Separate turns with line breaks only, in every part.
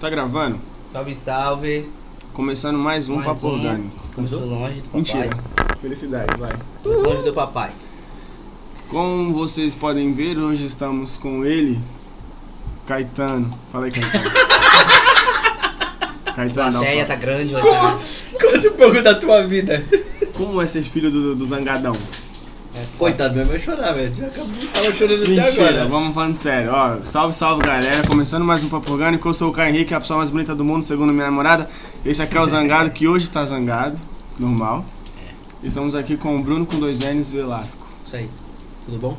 Tá gravando?
Salve, salve.
Começando mais um
Mais
Papo
um.
Orgânico.
Muito longe do papai.
Mentira. Felicidades, vai.
Muito longe do papai.
Como vocês podem ver, hoje estamos com ele, Caetano. Fala aí, Caetano.
A
Caetano, dá um
plateia
papo.
tá grande hoje. Tá?
Conta um pouco da tua vida.
como é ser filho do, do Zangadão?
Coitado, minha vai chorar, velho. Já acabou. Tava chorando até
Mentira,
agora.
vamos falando sério. Ó, salve, salve, galera. Começando mais um Papo Orgânico. Eu sou o Caio Henrique, a pessoa mais bonita do mundo, segundo minha namorada. Esse aqui é o Zangado, que hoje está zangado. Normal. Estamos aqui com o Bruno com dois N's Velasco.
tá- Isso aí. Tudo bom?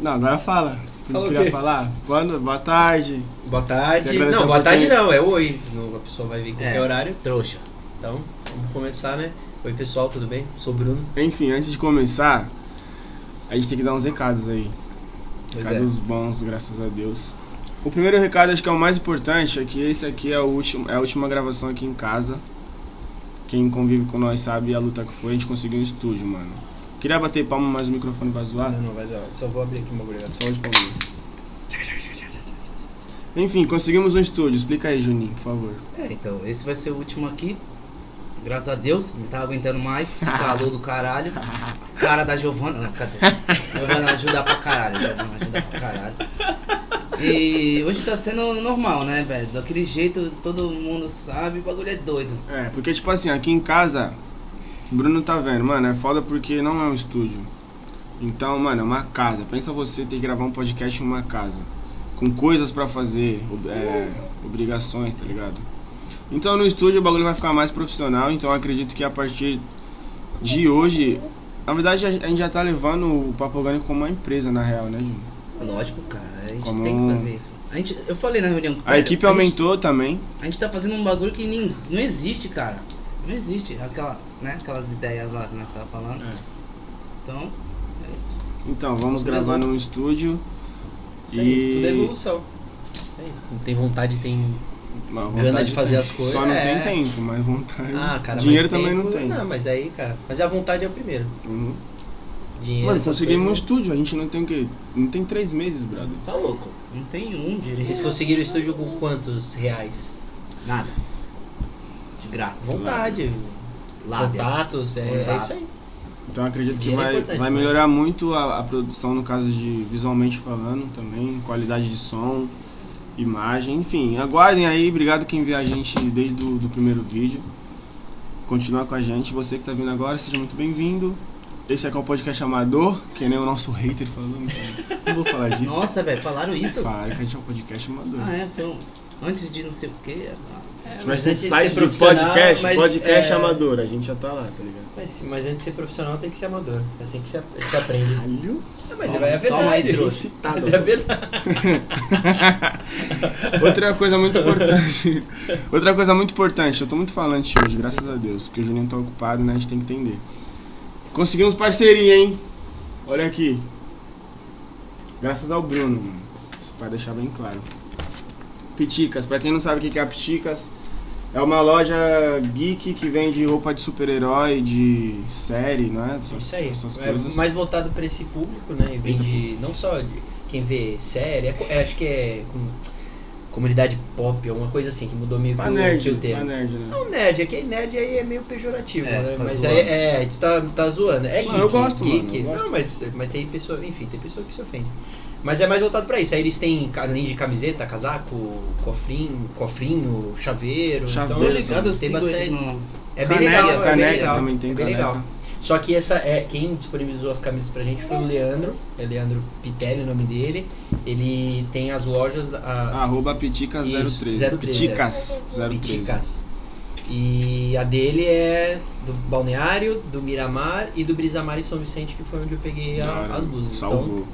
Não, agora fala. Tu
Fala o
queria
quê?
falar? Boa, no- boa tarde.
Boa tarde.
Quero agradecer
Não,
a
boa tarde
oportunidade.
não, é oi. Não, a pessoa vai vir em qualquer
É.
horário.
Trouxa.
Então, vamos começar, né? Oi, pessoal, tudo bem? Sou o Bruno.
Enfim, antes de começar, a gente tem que dar uns recados aí.
Pois é.
recados bons, graças a Deus. O primeiro recado, acho que é o mais importante, é que esse aqui é, o último, é a última gravação aqui em casa. Quem convive com nós sabe a luta que foi, a gente conseguiu um estúdio, mano. Queria bater palma, mas o microfone vai zoar.
não, vai já. Só vou abrir aqui uma bagulho.
Saúde pra vocês. Enfim, conseguimos um estúdio. Explica aí, Juninho, por favor.
É, então, esse vai ser o último aqui. Graças a Deus, não tava aguentando mais. Esse calor do caralho. Cara da Giovana. Não, cadê? Giovana ajuda pra caralho. Giovana ajuda pra caralho. E hoje tá sendo normal, né, velho? Daquele jeito, todo mundo sabe, o bagulho é doido.
É, porque tipo assim, aqui em casa, o Bruno tá vendo, mano, é foda porque não é um estúdio. Então, mano, é uma casa. Pensa você ter que gravar um podcast em uma casa. Com coisas pra fazer, ob- é, obrigações, tá ligado? Então no estúdio o bagulho vai ficar mais profissional, então eu acredito que a partir de hoje. Na verdade a a gente já tá levando o Papo Orgânico como uma empresa, na real, né, Júnior?
Lógico, cara. A gente
Como-
tem que fazer isso. A gente, eu falei na reunião.
É,
A equipe
aumentou.
aumentou também.
A gente tá fazendo um bagulho que nem, não existe, cara. Não existe. Aquela, né? Aquelas ideias lá que nós tava falando.
É.
Então, é isso.
Então, vamos
Tudo
gravar
Uhum.
evolução.
num estúdio.
Isso aí,
E-
tudo é evolução. Isso aí. Não tem vontade, tem.
Uma
Grana
vontade
de fazer
tem.
as coisas,
Só não
é.
tem tempo, mas vontade.
Ah, cara,
Dinheiro
mas
também
tempo-
não tem.
Não, mas aí, cara. Mas a vontade é o primeiro.
Uhum.
Dinheiro.
Mano,
essas
conseguimos um
coisas,
estúdio, a gente não tem o quê? Não tem três meses, brother.
né? Tá louco.
Não tem um
Vocês
direito.
conseguiram o estúdio com quantos reais?
Nada. De graça.
Vontade.
Lábia.
Contatos, é, é
Contato.
isso aí.
Então acredito que
Dinheiro é
vai,
importante,
vai
mas-
melhorar muito a, a produção, no caso de visualmente falando também, qualidade de som, imagem, enfim. Aguardem aí, obrigado quem vê a gente desde o do primeiro vídeo. Continua com a gente, você que tá vindo agora, seja muito bem-vindo. Esse aqui é o podcast Amador, que nem o nosso hater falou, mentira. não vou falar disso.
Nossa, velho, falaram isso?
Claro que a gente é um podcast amador.
Ah, é, foi um- Antes de não sei o é, ah. que.
A gente vai
mas
ser um
antes de
site
ser
de podcast,
profissional, mas,
podcast
é,
amador. A gente já tá lá, tá ligado?
Mas, mas antes de ser profissional tem que ser amador. É assim que se, ap- se aprende.
Caralho,
Ah, mas
Toma-
vai a verdade.
toma aí, trouxa.
excitado.
Mas é a verdade.
Outra coisa muito importante. Outra coisa muito importante. Eu tô muito falante hoje, graças a Deus. Porque o Juninho tá ocupado, né? A gente tem que entender. Conseguimos parceria, hein? Olha aqui. Graças ao Bruno, mano. Pra deixar bem claro. Piticas. Pra quem não sabe o que que é a Piticas, é uma loja geek que vende roupa de super-herói, de série, né? Essas-
Isso aí.
Essas
É
coisas.
mais voltado pra esse público, né? E vem de. Não só de quem vê série, é co- é, acho que é. com- comunidade pop, alguma coisa assim, que mudou meio que
Pra
o, que
nerd,
o
pra
termo.
nerd, né?
Não, nerd, é que nerd aí é meio pejorativo,
É,
né?
tá
mas
zoando.
aí é, tu tá, tá zoando. É
Não,
geek,
eu gosto, mano,
geek.
eu gosto.
Não, mas, mas tem pessoa, enfim, tem pessoa que se ofende. Mas é mais voltado pra isso. Aí eles têm, além de camiseta, casaco, cofrinho, cofrinho, chaveiro.
Chaveiro
Tô
Então,
ligado, eu
tem
sigo
bastante.
eles no...
É
Caneca,
bem legal, é bem
caneca
legal.
também tem
é bem
caneca.
legal. Só que essa é quem disponibilizou as camisas pra gente foi o Leandro, é Leandro Pitelli o nome dele. Ele tem as lojas a,
Arroba Piticas
Isso,
013.
013,
Piticas 013.
Piticas. E a dele é do Balneário, do Miramar e do Brisamar e São Vicente, que foi onde eu peguei a-
Cara,
as blusas. Então,
Salvou.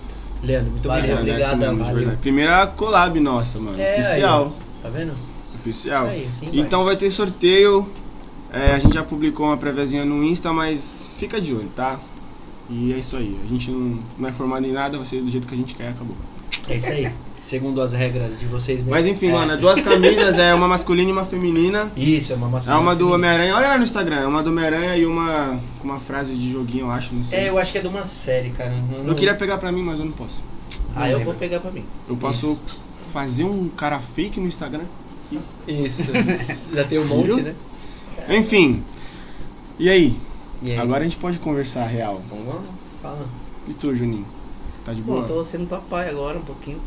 Leandro, muito
Valeu, né?
obrigado.
Cara,
obrigado,
essa é uma
valeu.
verdade. Primeira collab nossa, mano.
É,
oficial.
Tá vendo?
Oficial.
Isso aí, assim vai.
É, então vai ter sorteio. É, a gente já publicou uma préviazinha no Insta, mas fica de olho, tá? E é isso aí. A gente não, não é formado em nada, vai ser do jeito que a gente quer, acabou.
É isso aí. Segundo as regras de vocês mesmo.
Mas enfim,
É.
mano, é duas camisas, é uma masculina e uma feminina.
Isso, é uma massa.
É uma do Homem-Aranha, olha lá no Instagram, é uma do Homem-Aranha e uma com uma frase de joguinho, eu acho, não sei.
É, eu acho que é de uma série, cara. Não-
Eu queria pegar pra mim, mas eu não posso.
Ah, eu vou pegar pra mim.
Eu posso fazer um cara fake no Instagram.
Isso. Já tem um monte,
Viu?
né?
Enfim. E aí?
E aí? Então,
Agora a gente pode conversar real.
Vamos lá, fala.
E tu, Juninho? Tá de boa?
Bom, tô sendo papai agora um pouquinho.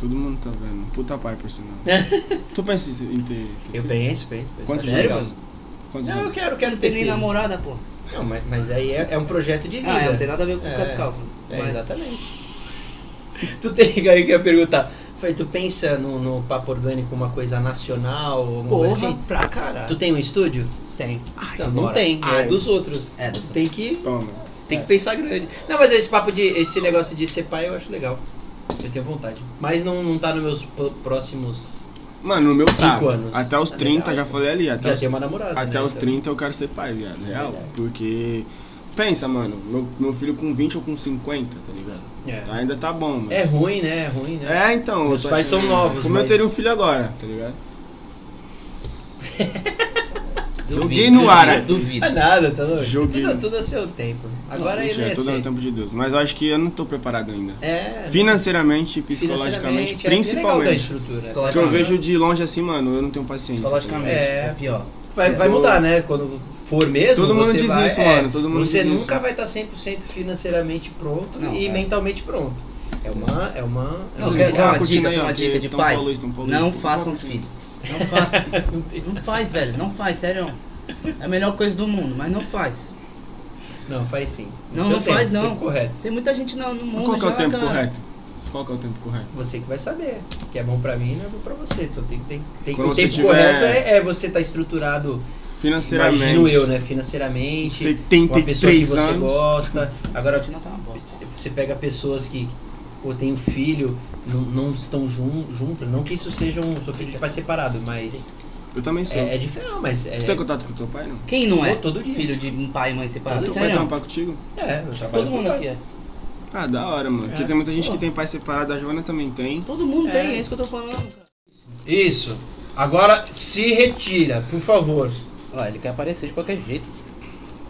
Todo mundo tá vendo. Puta pai, por sinal. tu pensa em ter. ter
Eu
filho?
penso, penso, penso.
Quantos
Sério,
anos?
mano?
Quantos
É Não, eu
anos?
quero, quero
Não
ter
tem nem
filho.
namorada, pô.
Não, mas, mas aí é, é um projeto de vida.
Ah, é, não tem nada a ver com
É,
as calças.
É,
mas
Exatamente. tu tem aí que ia perguntar. Falei, tu pensa no, no papo orgânico uma coisa nacional? alguma
Porra,
coisa assim?
pra caralho.
Tu tem um estúdio?
tem.
não, não tem, é
Ai.
dos outros.
É, dos
tu tem que
Toma.
Tem que pensar grande. Não, mas esse papo de. esse negócio de ser pai eu acho legal. Eu tenho vontade. Mas não, não tá nos meus pô- próximos.
Mano, no meu
Cinco
tá.
anos.
Até os
Tá
30,
legal.
já falei ali. Até
Já
os
tem uma namorada.
Até
né?
os
Então,
30 eu quero ser pai, viado. Real.
Verdade.
Porque. Pensa, mano, meu, meu filho com 20 ou com 50, tá ligado?
É.
Ainda tá bom, mano.
É ruim, né? É ruim, né?
É, então.
Meus
eu tô
pais são novos,
Como
mas-
eu teria um filho agora, tá ligado?
Duvido,
É, Joguei no ar, né?
Duvido.
É nada, tá louco?
Joguinho.
Tudo, tudo a seu tempo. Agora
Não,
ele
mentira,
é
tudo no
assim.
tempo de Deus. Mas eu acho que eu não tô preparado ainda.
É.
Financeiramente, psicologicamente,
financeiramente, é legal da
principalmente.
estrutura.
Porque eu
Psicologicamente.
vejo de longe assim, mano, eu não tenho paciência.
Psicologicamente,
É.
é, pior.
Vai,
Cê-
vai mudar, né? Quando for mesmo,
é Todo mundo
você
diz
vai,
isso,
é,
mano, todo mundo
você
diz
nunca vai tá estar 100% financeiramente pronto
Não,
e
é.
mentalmente pronto. É uma. É uma.
Não,
é
quer-
Tá
quer uma
curtindo
dica,
aí,
quer
ó,
uma
que
dica de
tão
pai?
paulista, tão paulista,
Não
tão
um
façam
paulista.
filho. Não façam. não faz, velho. Não faz, sério. É a melhor coisa do mundo, mas não faz.
Não, faz sim.
Não,
Tem
não
o tempo,
faz, não.
tempo correto.
Tem muita gente na- no mundo
Qual que é o
já,
tempo
cara.
correto? Qual que é o tempo correto?
Você que vai saber. O que é bom pra mim não é bom pra você. Então tem, tem, tem,
Quando
o
você
tempo
tiver-
correto é, é você estar estruturado,
Financeiramente.
imagino eu, né? Financeiramente, com a pessoa que
73
você
anos.
gosta. Agora,
Agora não tá uma bosta.
você pega pessoas que ou tem um filho, não, não estão jun, juntas. Não que isso seja um seu filho de pai separado, mas
Eu também sou.
é, é diferente. Não, mas é,
Tu tem contato com teu pai, não?
Quem não é?
Pô, todo dia.
Filho de um pai e mãe separado,
Teu pai
sério.
trampar contigo?
é, eu trabalho
Todo
com
mundo
pai.
aqui é.
Ah, da hora, mano. Porque
É.
tem muita gente
Pô.
que tem pai separado, a Joana também tem.
Todo mundo
É.
tem, é isso que eu tô falando, cara.
Isso. Agora se retira, por favor.
Ó, ele quer aparecer de qualquer jeito.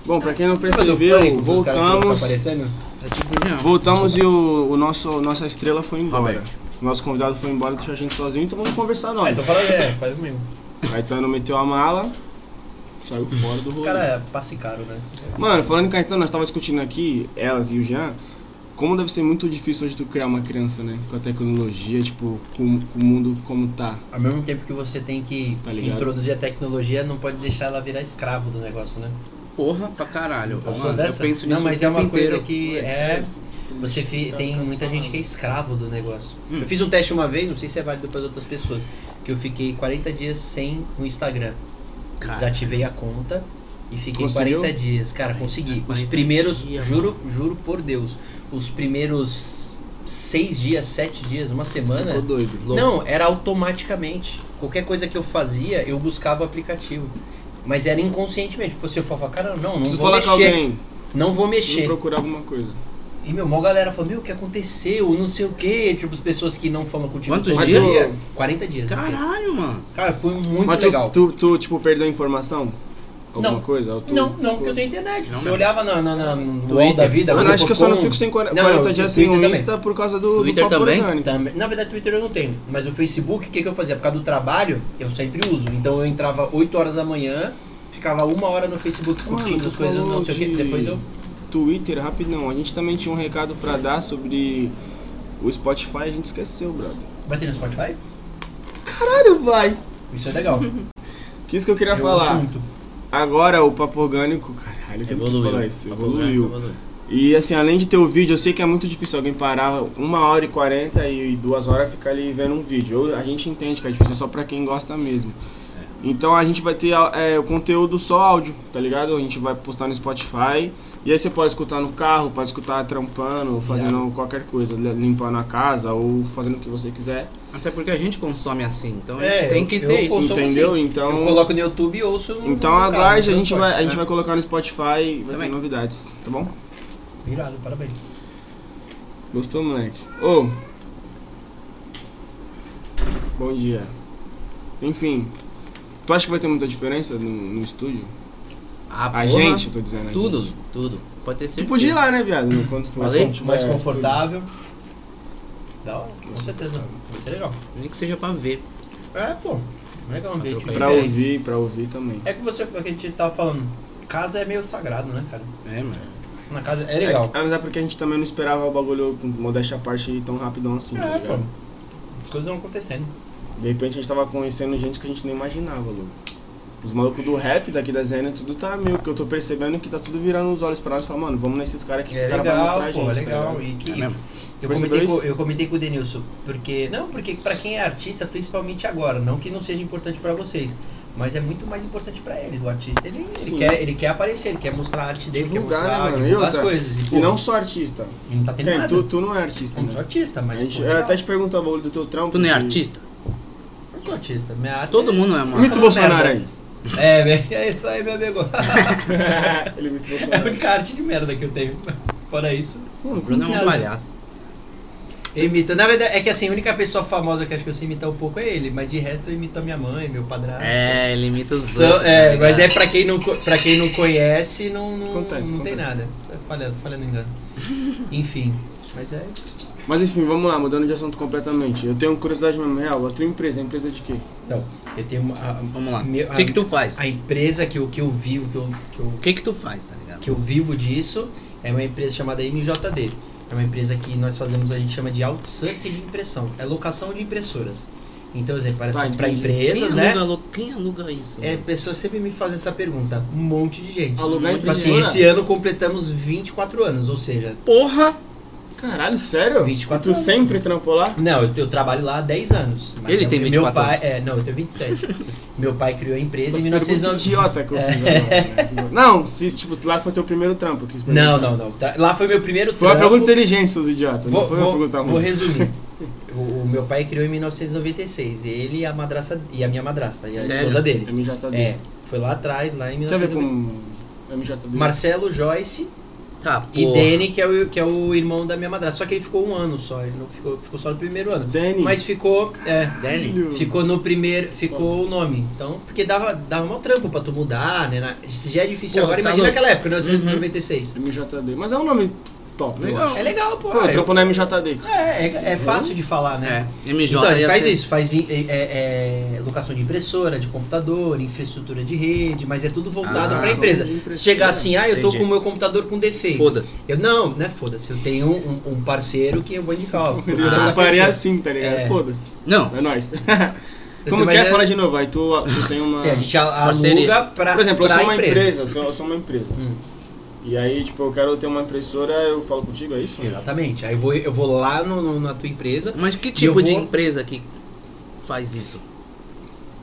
Bom, pra quem não
Eu dou pânico
percebeu,
pros caras que
voltamos.
Tá aparecendo?
É tipo, não.
Voltamos e o, o nosso, nossa estrela foi embora.
Robert.
O Nosso convidado foi embora, deixou a gente sozinho, então vamos conversar
Ah,
nós.
então fala, é, faz o mesmo.
Caetano meteu a mala, saiu fora do rolê.
Cara, passe caro, né?
Mano, falando em Caetano, nós tava discutindo aqui, elas e o Jean, como deve ser muito difícil hoje tu criar uma criança, né? Com a tecnologia, tipo, com, com o mundo como tá.
Ao mesmo tempo que você tem que
Tá ligado?
introduzir a tecnologia, não pode deixar ela virar escravo do negócio, né?
Porra pra caralho.
Eu sou
Mano,
dessa?
Eu penso nisso
não, mas
o
é uma
tempo
coisa
inteiro.
que é. Você fi-
Então,
tem
tá
muita gente que é escravo do negócio.
Hum.
Eu fiz um teste uma vez, não sei se é válido para outras pessoas, que eu fiquei 40 dias sem o Instagram.
Cara.
Desativei a conta e fiquei
Conseguiu?
40 dias. Cara, consegui. Os
40
primeiros,
dias,
juro, juro por Deus, os primeiros seis dias, sete dias, uma semana.
Ficou doido.
né? Não, era automaticamente. Qualquer coisa que eu fazia, eu buscava o aplicativo. Mas era inconscientemente. Tipo, se eu falava, cara, não, não
Preciso
vou
falar
mexer.
com alguém,
Não vou
preciso
mexer.
procurar alguma coisa.
E meu, mó galera falou, meu, o que aconteceu? Não sei o quê. Tipo, as pessoas que não falam contigo.
Quantos
todo
dias?
dia. 40 dias. né?
Caralho, mano.
Cara, foi muito
Mas tu-
legal.
Tu, tu, tipo, perdeu informação? Alguma
Não.
coisa? Ou tu-
Não, não, porque
ficou-
eu tenho internet.
Não,
eu
não.
olhava na, na, na, no
Twitter.
UOL da vida.
Mano,
Globo.com.
acho que eu só Tipo, não fico sem 40,
Não,
40
eu-
dias
eu
sem o
Twitter
Insta por causa do, do
Twitter
papo
também?
orgânico.
um, Também- Na verdade, Twitter eu não tenho, mas o Facebook, o que, que eu fazia? Por causa do trabalho, eu sempre uso. Então eu entrava 8 horas da manhã, ficava uma hora no Facebook
Mano,
curtindo
tu
as coisas, não sei o que.
falou de
Depois eu.
Twitter, rapidão. A gente também tinha um recado pra dar sobre o Spotify, a gente esqueceu, brother.
Vai ter no Spotify?
Caralho, vai!
Isso é legal.
Que isso que eu queria
Eu
falar.
uso muito.
Agora o papo orgânico, caralho, eu sempre quis falar isso. Evoluiu.
Evoluiu.
E assim, além de ter o vídeo, eu sei que é muito difícil alguém parar uma hora e quarenta e duas horas ficar ali vendo um vídeo. Eu- a gente entende que é difícil, é só pra quem gosta mesmo. Então a gente vai ter é, o conteúdo só áudio, tá ligado? A gente vai postar no Spotify. E aí você pode escutar no carro, pode escutar trampando, ou fazendo qualquer coisa, li- limpando a casa ou fazendo o que você quiser.
Até porque a gente consome assim, então a
É,
gente tem
eu-
que
eu
ter isso.
consumo
entendeu?
assim.
Então.
Eu coloco no YouTube e ouço. no-
Então
no carro,
aguarde, a
no
gente,
transporte.
vai, a gente vai colocar no Spotify e vai
Também.
ter novidades, tá bom?
Irado, parabéns.
Gostou, moleque? Ô, Bom dia. Enfim, tu acha que vai ter muita diferença no, no estúdio?
A,
A
porra,
gente, eu tô dizendo. a
Tudo,
gente.
tudo. Pode ter
Tu
certeza.
podia ir lá, né, viado? no- Quando for
Mais,
quando
con- mais
tiver-
confortável. É, Da hora, com certeza. Vai ser legal.
Nem que seja pra ver.
É, pô. Legal, um ambiente
troca
Pra
diferente.
ouvir, pra ouvir também.
É que você, que a gente tava falando, casa é meio sagrado, né, cara?
É, mano.
Na casa é legal.
É, mas é porque a gente também não esperava o bagulho com modéstia à parte tão rapidão assim, tá
É, pô.
ligado?
As coisas vão acontecendo.
De repente a gente tava conhecendo gente que a gente nem imaginava, louco. Os malucos do rap daqui da Zena, tudo tá meio que eu tô percebendo que tá tudo virando os olhos pra nós e falando, mano, vamos nesses caras que
É
esses caras vão mostrar
legal,
a
pô, é
gente.
legal.
Tá ligado?
e que,
É mesmo.
eu,
Percebeu
comentei com,
isso?
eu comentei com o Denilson, porque. Não, porque pra quem é artista, principalmente agora, não que não seja importante pra vocês. Mas é muito mais importante pra ele. O artista, ele, ele
Sim.
quer, ele quer aparecer, ele quer mostrar a arte dele,
Divulgar,
quer
né,
mostrar,
mano? E
divulgar as
outra,
coisas. E, pô,
E não só artista.
não tá tendo
Quem,
nada.
tu, tu não é artista,
Eu não sou
né?
artista,
A
mas.
gente,
pô,
eu
legal.
até te pergunto o bagulho do teu trampo.
Tu não é
que-
artista?
Eu não sou artista. Minha arte
Todo mundo é, mano.
Imita o Bolsonaro aí.
É, velho, é isso aí, meu amigo.
Ele imita o
É a
Bolsonaro.
única arte de merda que eu tenho, mas fora isso.
Mano,
O Bruno é um
Nada.
palhaço.
Eu imito. Na verdade, é que assim, a única pessoa famosa que acho que eu sei imitar um pouco é ele, mas de resto eu imito a minha mãe, meu padrasto.
É, ele imita os
São-
outros.
é,
tá
mas é
ligado?
pra quem não, co- pra quem não conhece, não, não,
Acontece,
não tem
acontece.
nada. É Falha, falha no engano. Enfim. Mas é.
Mas enfim, vamos lá, mudando de assunto completamente. Eu tenho curiosidade mesmo, real. A tua empresa, é empresa de quê?
Então, eu tenho uma- a,
Vamos lá.
Meu-
O que que tu faz?
a empresa que eu, que eu vivo, que eu, que eu
O que que tu faz, tá ligado?
que eu vivo disso é uma empresa chamada MJD. É uma empresa que nós fazemos, a gente chama de outsourcing de impressão. É locação de impressoras. Então, exemplo, para,
Ah,
para
entendi.
Quem
empresas,
aluga,
né?
lo- quem aluga isso?
É,
mano?
pessoas sempre me fazem essa pergunta. Um monte de gente.
Alugar
Muito
Tipo
empresa.
assim, esse ano completamos 24 anos, ou seja,
Porra!
Caralho, sério?
24
E tu
anos.
sempre trampou lá?
não, eu, eu trabalho lá há 10 anos. mas
Ele
é-
tem
Meu
24
pai, é, não, eu tenho 27. meu pai criou a empresa em
Pergunta
1990.
idiota que eu fiz agora, né? Não, se tipo, lá foi teu primeiro trampo. eu quis perguntar.
É. Não, não, não. Tá- Lá foi meu primeiro
Foi uma
trampo.
pergunta inteligente, seus idiotas.
Vou,
não foi uma
vou,
pergunta
vou
ruim.
resumir. O, o meu pai criou em 1996. Ele e a madraça e a minha madrasta, e a
Sério?
esposa dele.
MJD.
É, foi lá atrás, lá em
Tem a ver com
1996.
MJD?
Marcelo Joyce
Tá, porra.
e Danny, que é, o, que é o irmão da minha madrasta. Só que ele ficou um ano só, ele não ficou, ficou só no primeiro ano.
Danny.
Mas ficou. é,
Danny?
Filho.
Ficou no primeiro. Ficou o nome. Então, porque dava, dava mal trampo pra tu mudar, né? na- Se já é difícil
Pô,
agora,
você tá
imagina
louco. Uhum.
naquela época, 1996.
MJD. Mas é um nome top,
Legal.
eu acho.
É legal, pô.
Pô, eu
é-
trampo na MJD.
é, é, é fácil de falar, né?
É, MJ
Então, ele
ia
faz
ser-
isso, faz i- é, é, é, locação de impressora, de computador, infraestrutura de rede, mas é tudo voltado
Ah,
pra empresa.
de impressora.
Se chegar assim, ah, eu tô
Entendi.
com o meu computador com defeito.
Foda-se.
Eu, não, né? Foda-se, eu tenho um, um parceiro que eu vou indicar, ó. procura
Eu
Ah,
essa
parei
pessoa.
assim, tá ligado?
É.
Foda-se.
Não,
É nóis.
Então,
Como
tu
que é?
imagina-
Fala de novo. Aí tu, tu tem uma...
É, a gente a-
Parceria.
aluga pra
Por exemplo, eu
pra
sou uma empresa.
empresas.
eu tenho- Eu sou uma empresa.
Hum,
E aí, tipo, eu quero ter uma impressora, eu falo contigo, é isso?
exatamente. Aí eu vou, eu vou lá no- no- na tua empresa,
mas que
eu
tipo
vou-
de empresa que faz isso?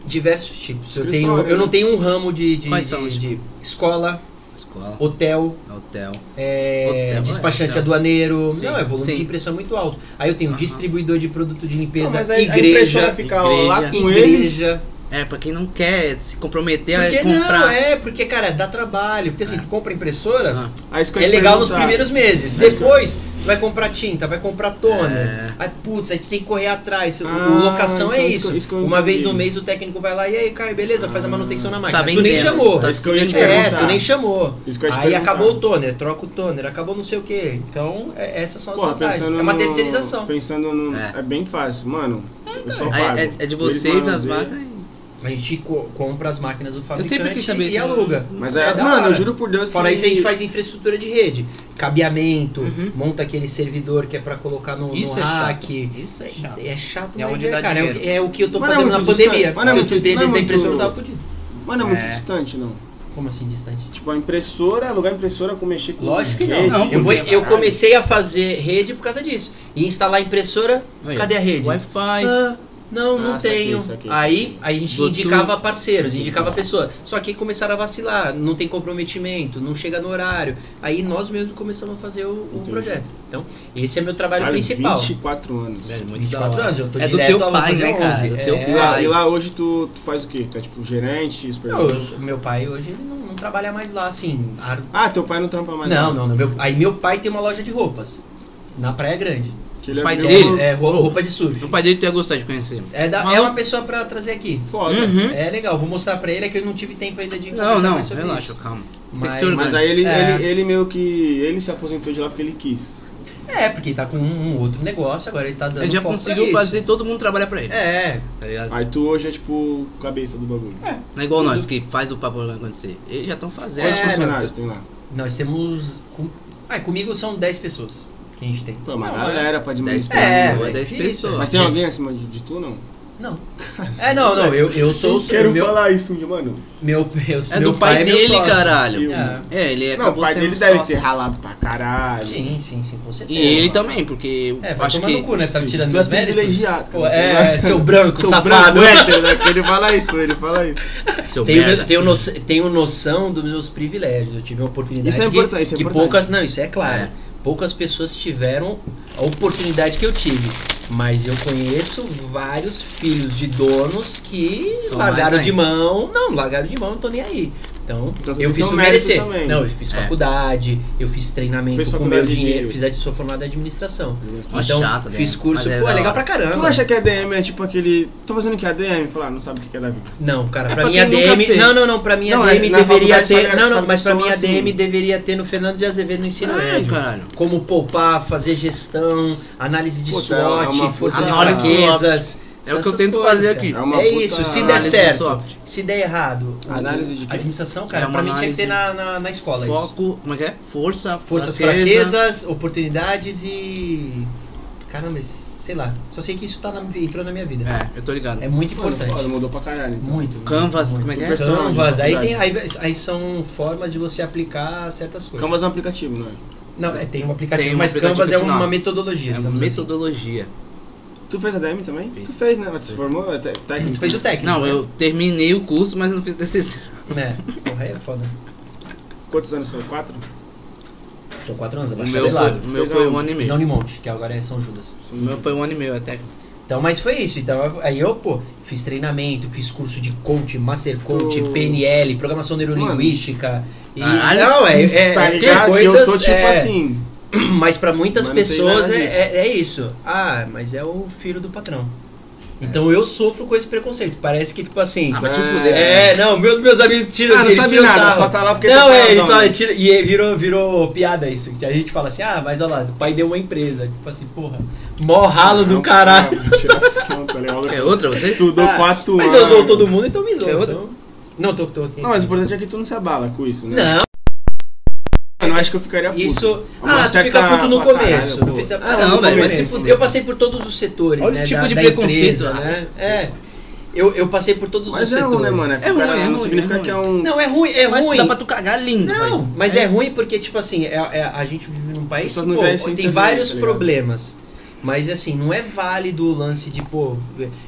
diversos tipos. Eu,
Escritório,
tenho,
né?
eu não tenho um ramo de, de,
Quais
de-
são os
de escola,
Escola,
hotel,
hotel.
É,
Hotel,
despachante
é, hotel.
aduaneiro.
Sim,
não, é volume
sim.
de impressão muito alto. Aí eu tenho
Aham.
distribuidor de produto de
Não,
limpeza,
mas a, a impressora
igreja.
fica ó, lá com eles.
igreja.
É, pra quem não quer se comprometer
Porque
a comprar.
não, é, porque, cara, dá trabalho. Porque assim,
É.
tu compra impressora,
Ah,
Ah, isso que eu
é
ia te
legal nos
perguntar.
primeiros meses.
Mas-
Depois, tu vai comprar tinta, vai comprar toner.
é,
Aí, putz, aí tu tem que correr atrás. O-
Ah,
o locação é
então
isso.
isso que- isso que eu
Uma vez
entendi. Ah,
no mês o técnico vai lá e aí, cara, beleza, faz a manutenção na máquina.
Tá
tu nem
vendendo,
chamou.
tá
Isso que eu ia te
É,
perguntar.
tu nem chamou.
Isso que eu ia te
Aí
perguntar.
acabou o toner, troca o toner, acabou não sei o que. Então, é, essas são as
Porra,
vantagens.
pensando
É uma
no-
terceirização.
Pensando no...
É.
É. bem fácil, mano. eu só pago.
é, é- é
Eles
de vocês as
maneiam.
marcas.
A gente co- compra as máquinas do
Eu
fabricante
sempre quis saber
e
isso.
aluga.
Mas
É
é,
da
mano,
hora.
eu juro por Deus
Fora
que...
isso, a gente faz infraestrutura de rede. Cabeamento,
Uhum.
monta aquele servidor que é pra colocar no, no
Isso é
rack.
chato. Isso é chato.
É chato,
É
mas
onde
é,
dá
cara, é, o-
dinheiro.
é o que eu tô
Mas não é
fazendo na
muito
pandemia.
distante, mas não é
Se eu
muito-
dependesse
não é
da impressora, eu
muito-
tava fudido.
Mano, é muito
É.
distante, não.
Como assim, distante?
Tipo, a impressora, alugar a impressora com mexer com
Lógico que não.
rede, tipo,
Não,
com
eu, vou-
caralho.
eu comecei a fazer rede por causa disso. E instalar a impressora,
Aí,
cadê a rede?
Wi-Fi.
Ah, não, não
Ah, saquei,
tenho.
saquei,
Aí a gente
Bluetooth.
indicava parceiros, indicava pessoas. Só que começaram a vacilar, não tem comprometimento, não chega no horário. Aí nós mesmos começamos a fazer o, o
Entendi.
projeto. Então, esse é meu trabalho
Caralho,
principal.
24 anos.
É, muito da
24
hora.
anos, eu tô
É do
direto
teu
a
pai, né, cara? Do teu
E,
pai.
é...
lá, e lá hoje tu, tu faz o quê? Tu é tipo gerente,
Não,
supervisor?
eu- meu pai hoje ele não, não trabalha mais lá, assim. ar-
Ah, teu pai não trampa mais.
Não, não, não. Meu, aí meu pai tem uma loja de roupas na Praia Grande.
Que ele
O pai
abriu
dele
uma-
É, roupa, roupa de surf.
O pai dele tu ia gostar de conhecer.
É, da-
Mas
é
não-
uma pessoa pra trazer aqui.
Foda.
Uhum.
É legal, vou mostrar pra ele, é que eu não tive tempo ainda de
Não,
conversar
não,
mais sobre
relaxa,
isso.
calma. Tem que
Mas-
ser
Mas
orgânico.
aí ele,
É.
ele, ele meio que. Ele se aposentou de lá porque ele quis.
É, porque tá com um, um outro negócio, agora ele tá dando
Ele já
foco
conseguiu
pra
fazer todo mundo trabalhar pra ele.
Isso. É,
Tá ligado?
Aí tu hoje é tipo cabeça do bagulho.
Não é igual nós que faz o papo acontecer. Eles já estão fazendo.
Quantos
É,
funcionários tem lá?
nós temos... Com... Ah, comigo são 10 pessoas que a gente tem.
Pô, mas né?
Não,
galera pra
Dez
diminuir.
pessoas.
É,
É,
é
10
difícil.
pessoas.
Mas tem alguém acima de, de tu, não?
Não. É, não, não, eu, eu sou o
Quero
meu,
falar isso um dia, mano.
meu, eu-
É
meu
do pai,
é meu
dele,
sócio.
caralho.
Eu.
É.
É, ele
não, o
acabou
pai
sendo
dele deve
sócio.
ter ralado pra caralho.
Sim, sim, sim, com certeza.
E ele também, porque
É,
eu
vai
acho
tomar
que.
no cu, né? Tá me
Sim,
tirando
tu é
meus méritos.
privilegiado.
Pô,
cara.
é, seu branco,
Seu
safado.
brado hétero, né? Ele fala isso, ele fala isso. é
Seu merda.
Tenho, tenho, noção, tenho noção dos meus privilégios. Eu tive uma oportunidade
Isso é
que,
importante, isso é
que
importante.
poucas. Não, isso é claro.
É.
Poucas pessoas tiveram a oportunidade que eu tive. Mas eu conheço vários filhos de donos que
São
largaram
mais
de
ainda.
mão. Não, largaram de mão, não tô nem aí. Então,
Então, tu
eu
tem
fiz
um
por
mérito
merecer.
também.
Não, eu fiz
É.
faculdade, eu fiz treinamento
Fez
com meu
faculdade de-
dinheiro, fiz a sou formado em administração.
Uma
então,
chata, né?
fiz curso,
Mas é
pô, é
da
legal
hora.
pra caramba.
Tu acha que ADM é tipo aquele. Tô fazendo que ADM? Falar, não sabe o que é da vida.
Não, cara,
É
pra
pra
mim
quem
a
nunca
DM.
fez.
Não, não, não, pra mim a
Não, é,
DM
na
deveria
faculdade
ter.
sabe-
não, não,
sabe
mas
que
pra
são
mim a
assim. Ah,
DM deveria ter no Fernando de Azevedo no ensino
Ai,
médio.
caralho.
Como poupar, fazer gestão, análise de
Puta, é
SWOT,
uma
forças
puta-
e
Análise de
fraquezas.
É o que eu
essas
tento
coisas,
fazer
cara.
aqui.
É uma
é
puta
isso, se der
análise
Análise
certo,
soft.
se der errado. o-
Análise de quê?
Administração, cara,
É uma
pra mim tinha que ter na,
análise-
na, na escola isso.
Foco, como é que é? Força,
Forças,
fraqueza.
fraquezas, oportunidades e. Caramba, sei lá. Só sei que isso tá na- entrou na minha vida.
É, eu tô ligado.
É, muito
Mano,
importante.
foda, mudou pra caralho. então.
Muito.
Canvas,
muito.
como é que é?
Questão de
Canvas, Então, aí, tem,
faculdade.
aí, aí são formas de você aplicar certas coisas.
Canvas é um aplicativo, não é?
Não, é, tem um aplicativo,
Tem um
mas
aplicativo
Canvas é uma
adicional.
metodologia.
É uma
digamos assim.
metodologia.
Tu fez ADM também?
Fiz.
Tu fez, né? Mas tu se formou? É te-
A gente
técnico.
fez o técnico.
Não,
né?
eu terminei o curso, mas não fiz TCC.
É, porra, aí é foda.
Quantos anos são? Quatro?
São quatro anos,
O
abaixo
meu foi, o meu
Fez
foi
aonde?
um ano e
Não
meio.
Unimonte, que agora é São Judas.
O meu foi um ano e meio até.
Então, mas foi isso. Então, aí eu, pô, fiz treinamento, fiz curso de coach, master coach,
Tu-
PNL, programação neurolinguística. E,
Caralho.
não, é, é,
Tá
é
ligado? E
coisas,
eu tô tipo
é,
assim.
Mas pra muitas
Mas não sei
pessoas
nada
é,
disso.
é, é isso. Ah, mas é o filho do patrão. Então eu sofro com esse preconceito. Parece que, tipo assim.
Ah, mas
é.
te fuder.
é, não, meus, meus amigos tiram
Ah, não
eles
sabe
tiram
nada,
sarro.
só tá lá porque
Não,
tá
é, eles
falando.
falam, tira, e aí virou, virou piada isso. Que a gente fala assim, ah, mas olha lá, o pai deu uma empresa. Tipo assim, porra, mó ralo
É
do
uma
caralho. É
Tiração, tá ligado?
Quer outra, vocês?
Estudou
Ah,
quatro
Mas
anos.
eu sou todo mundo, então me zoa.
É outra?
então. Não, tô, tô.
Não, mas o importante é que tu não se abala com isso, né?
Não,
Mano, eu acho que eu ficaria puto.
isso.
Uma
Ah, tu
certa-
fica puto no
fala, caralho,
começo.
pô.
Fica-
Ah, não,
no
velho, mas
começo.
se fuder.
Eu passei por todos os setores,
Olha o
né?
tipo
da-
de
da
preconceito,
empresa,
ah,
né?
isso-
É. Eu, eu passei por todos os
Mas é
setores.
ruim, né, mano? É,
É
cara,
ruim, é
não
ruim,
significa
é ruim.
que é um.
Não, é ruim, é
mas
ruim.
dá pra tu cagar lindo.
Não, mas é,
isso.
ruim porque, tipo assim, é, é- a gente vive num país
pessoas
que,
não
pô,
vivem sem
tem
saber,
vários
tá ligado?
problemas. Mas assim, não é válido o lance de, pô,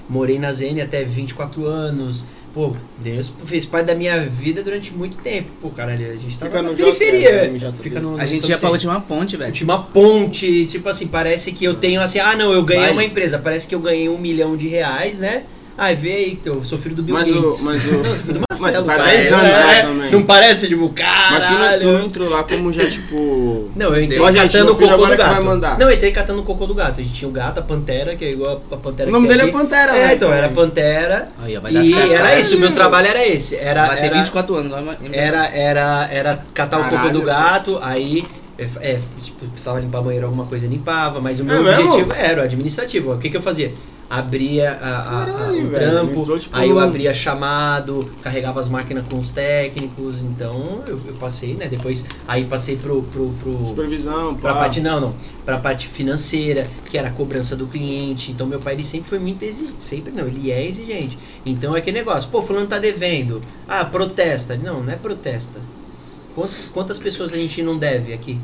morei na ZN até 24 anos. Pô, Deus fez parte da minha vida durante muito tempo. Pô, caralho, a gente tá
Fica
na
no
periferia.
JP, no JP.
Fica no, no
A gente
São
ia pra
Vicente.
última ponte, velho.
Última É ponte, tipo assim, parece que eu tenho assim, ah não, eu ganhei
Vale.
uma empresa, parece que eu ganhei um milhão de reais, né? Ai, vê aí, que eu sou filho do Bill
Mas
Gates.
o. Mas o.
Filho do
Mas
Marcelo,
tá
cara.
10 anos
É,
lá também.
Não parece, tipo,
Mas tu não-
caralho.
tu não entrou lá como já, tipo.
Não, eu entrei
Ó, gente,
catando
meu
o
filho
cocô
agora
do
que vai
gato.
mandar.
Não, eu entrei catando o cocô do gato. A gente tinha o gato, a pantera, que é igual a pantera
O nome
que tem
dele é
aqui.
Pantera, Tipo,
É,
velho,
então, era
também.
pantera.
Aí, ó, vai dar
E
certo.
era
cara.
isso, meu trabalho era esse. Era,
Vai ter
era-
24 anos. Vai, vai-
era, era, era catar o cocô
Caralho,
do
velho.
gato, aí. É, é, tipo, precisava limpar banheiro, alguma coisa limpava, mas o meu
É mesmo?
objetivo era o administrativo. O que, que eu fazia? Abria a, a- a-
Caralho,
o
velho,
trampo,
entrou, tipo,
aí eu
no-
abria chamado, carregava as máquinas com os técnicos, então eu, eu passei, né? Depois aí passei pro, pro, pro,
Supervisão,
Pra
pá.
parte, não, não. Pra parte financeira, que era a cobrança do cliente. Então, meu pai, ele sempre foi muito exigente. Sempre não, ele é exigente. Então, é aquele negócio. Pô, fulano tá devendo. Ah, protesta. Não, não é protesta. Quant- Quantas pessoas a gente não deve aqui?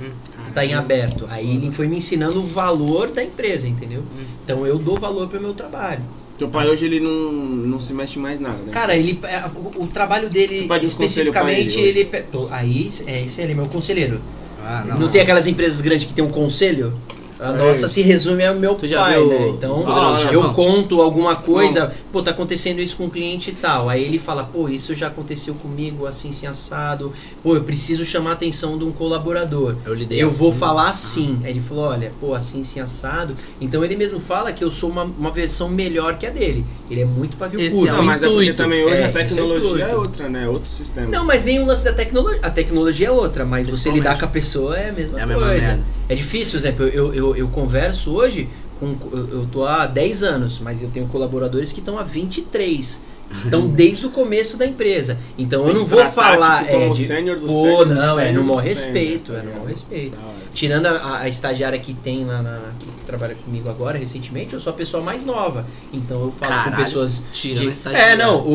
Hum,
Tá
Uhum.
em aberto. Aí ele foi me ensinando o valor da empresa, entendeu?
Uhum.
Hum.
Então eu dou valor pro meu trabalho.
Teu pai hoje ele não, não se mexe em mais nada, né?
Cara, ele, é, o, o trabalho dele
Tu pede um conselho pra ele
especificamente,
hoje?
ele. pe- Tô- Aí, é, esse ele é meu conselheiro.
Ah,
Não tem aquelas empresas grandes que tem um conselho? A nossa
É.
se resume ao meu
Tu já
pai,
viu
né?
o
Então,
Poderoso
eu
Chefão?
conto alguma coisa, pô, tá acontecendo isso com o cliente e tal. Aí ele fala, pô, isso já aconteceu comigo, assim, assim, assado. Pô, eu preciso chamar a atenção de um colaborador.
Eu lhe dei
Eu vou
assim.
falar assim. Aí ele falou, olha, pô, assim, assim, assado. Então ele mesmo fala que eu sou uma, uma versão melhor que a dele. Ele é muito pavio
Esse
curto.
é
Não, mas é porque
intuito.
também hoje
É,
a
esse é o
tecnologia é,
intuito.
outra, né? Outro sistema.
Não, mas nem o lance da tecnologia. A tecnologia é outra, mas você
Principalmente.
lidar com a pessoa é a mesma
É a
coisa.
mesma merda.
É difícil, por exemplo, eu, eu, eu converso hoje com. Eu, eu tô há 10 anos, mas eu tenho colaboradores que estão há 23. Então, desde o começo da empresa. Então, eu
Tem
não
que
vou
tratar,
falar.
tipo, como
É,
o
de,
sênior do
Pô,
sênior do
não, é
sênior
no
do
maior
sênior,
respeito,
tá
é no maior
ligado?
respeito.
Da hora.
Tirando a- a, a estagiária que tem lá na, na- que trabalha comigo agora, recentemente, eu sou a pessoa mais nova. Então, eu falo
Caralho.
com pessoas.
Tira
De,
na estagiária.
é, não, o, o,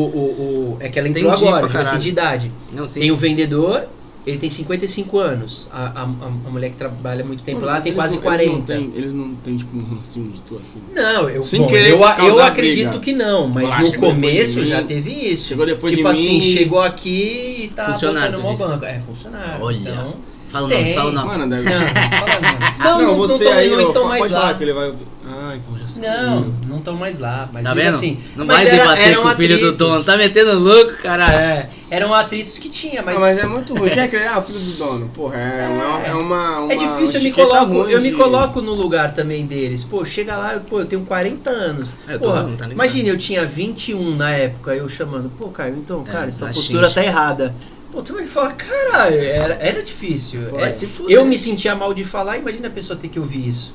o- é que ela entrou
Entendi
agora,
pra
tipo assim,
caralho.
de idade.
Não, sim.
Tem um- o vendedor, ele tem 55 anos. A, a, a- a mulher que trabalha muito tempo
Mano,
lá
mas
tem
Hum, eles
quase
não- tipo, eles
40.
não têm- Eles não têm, tipo, um rancinho de tu assim.
Não, eu,
Sem
bom,
querer
eu, a- eu
causar
acredito
briga.
que não, mas
Ah,
no
chegou depois de
começo
mim.
já teve isso.
Chegou depois
tipo
de
assim,
mim.
chegou aqui e tá
Funcionário,
botando mó
tu disse.
banco. É, funcionário.
Olha.
Então,
Fala o nome,
Tem.
fala o nome.
Mano, deve.
não, não, fala não, não, Então, não, não,
você
tão-
aí,
não
ó,
estão
pode
mais
falar
lá.
que ele vai. Ah, então já sei.
Não, não estão mais lá. Mas
tá
digo
vendo?
assim,
não
mas
vai
era-
debater
eram
com o filho do
atritos.
dono. Tá metendo louco, caralho.
É, eram atritos que tinha,
Ah, Mas, é muito ruim. Quer criar o filho do dono? Porra, é, uma, é uma, uma
É difícil, eu me,
etiqueta
coloco,
ruim
eu me
de-
coloco no lugar também deles. Pô, chega lá, eu- pô, eu tenho 40 anos.
É, eu tô
Porra,
zoando, tá ligado?
imagina, eu tinha 21 na época, eu chamando, pô, Caio, então,
É,
cara, essa
tá
postura
xinge.
tá errada. Pô, tu vai falar, caralho, era, era difícil.
Vai
É,
se fuder.
eu me sentia mal de falar, imagina a pessoa ter que ouvir isso.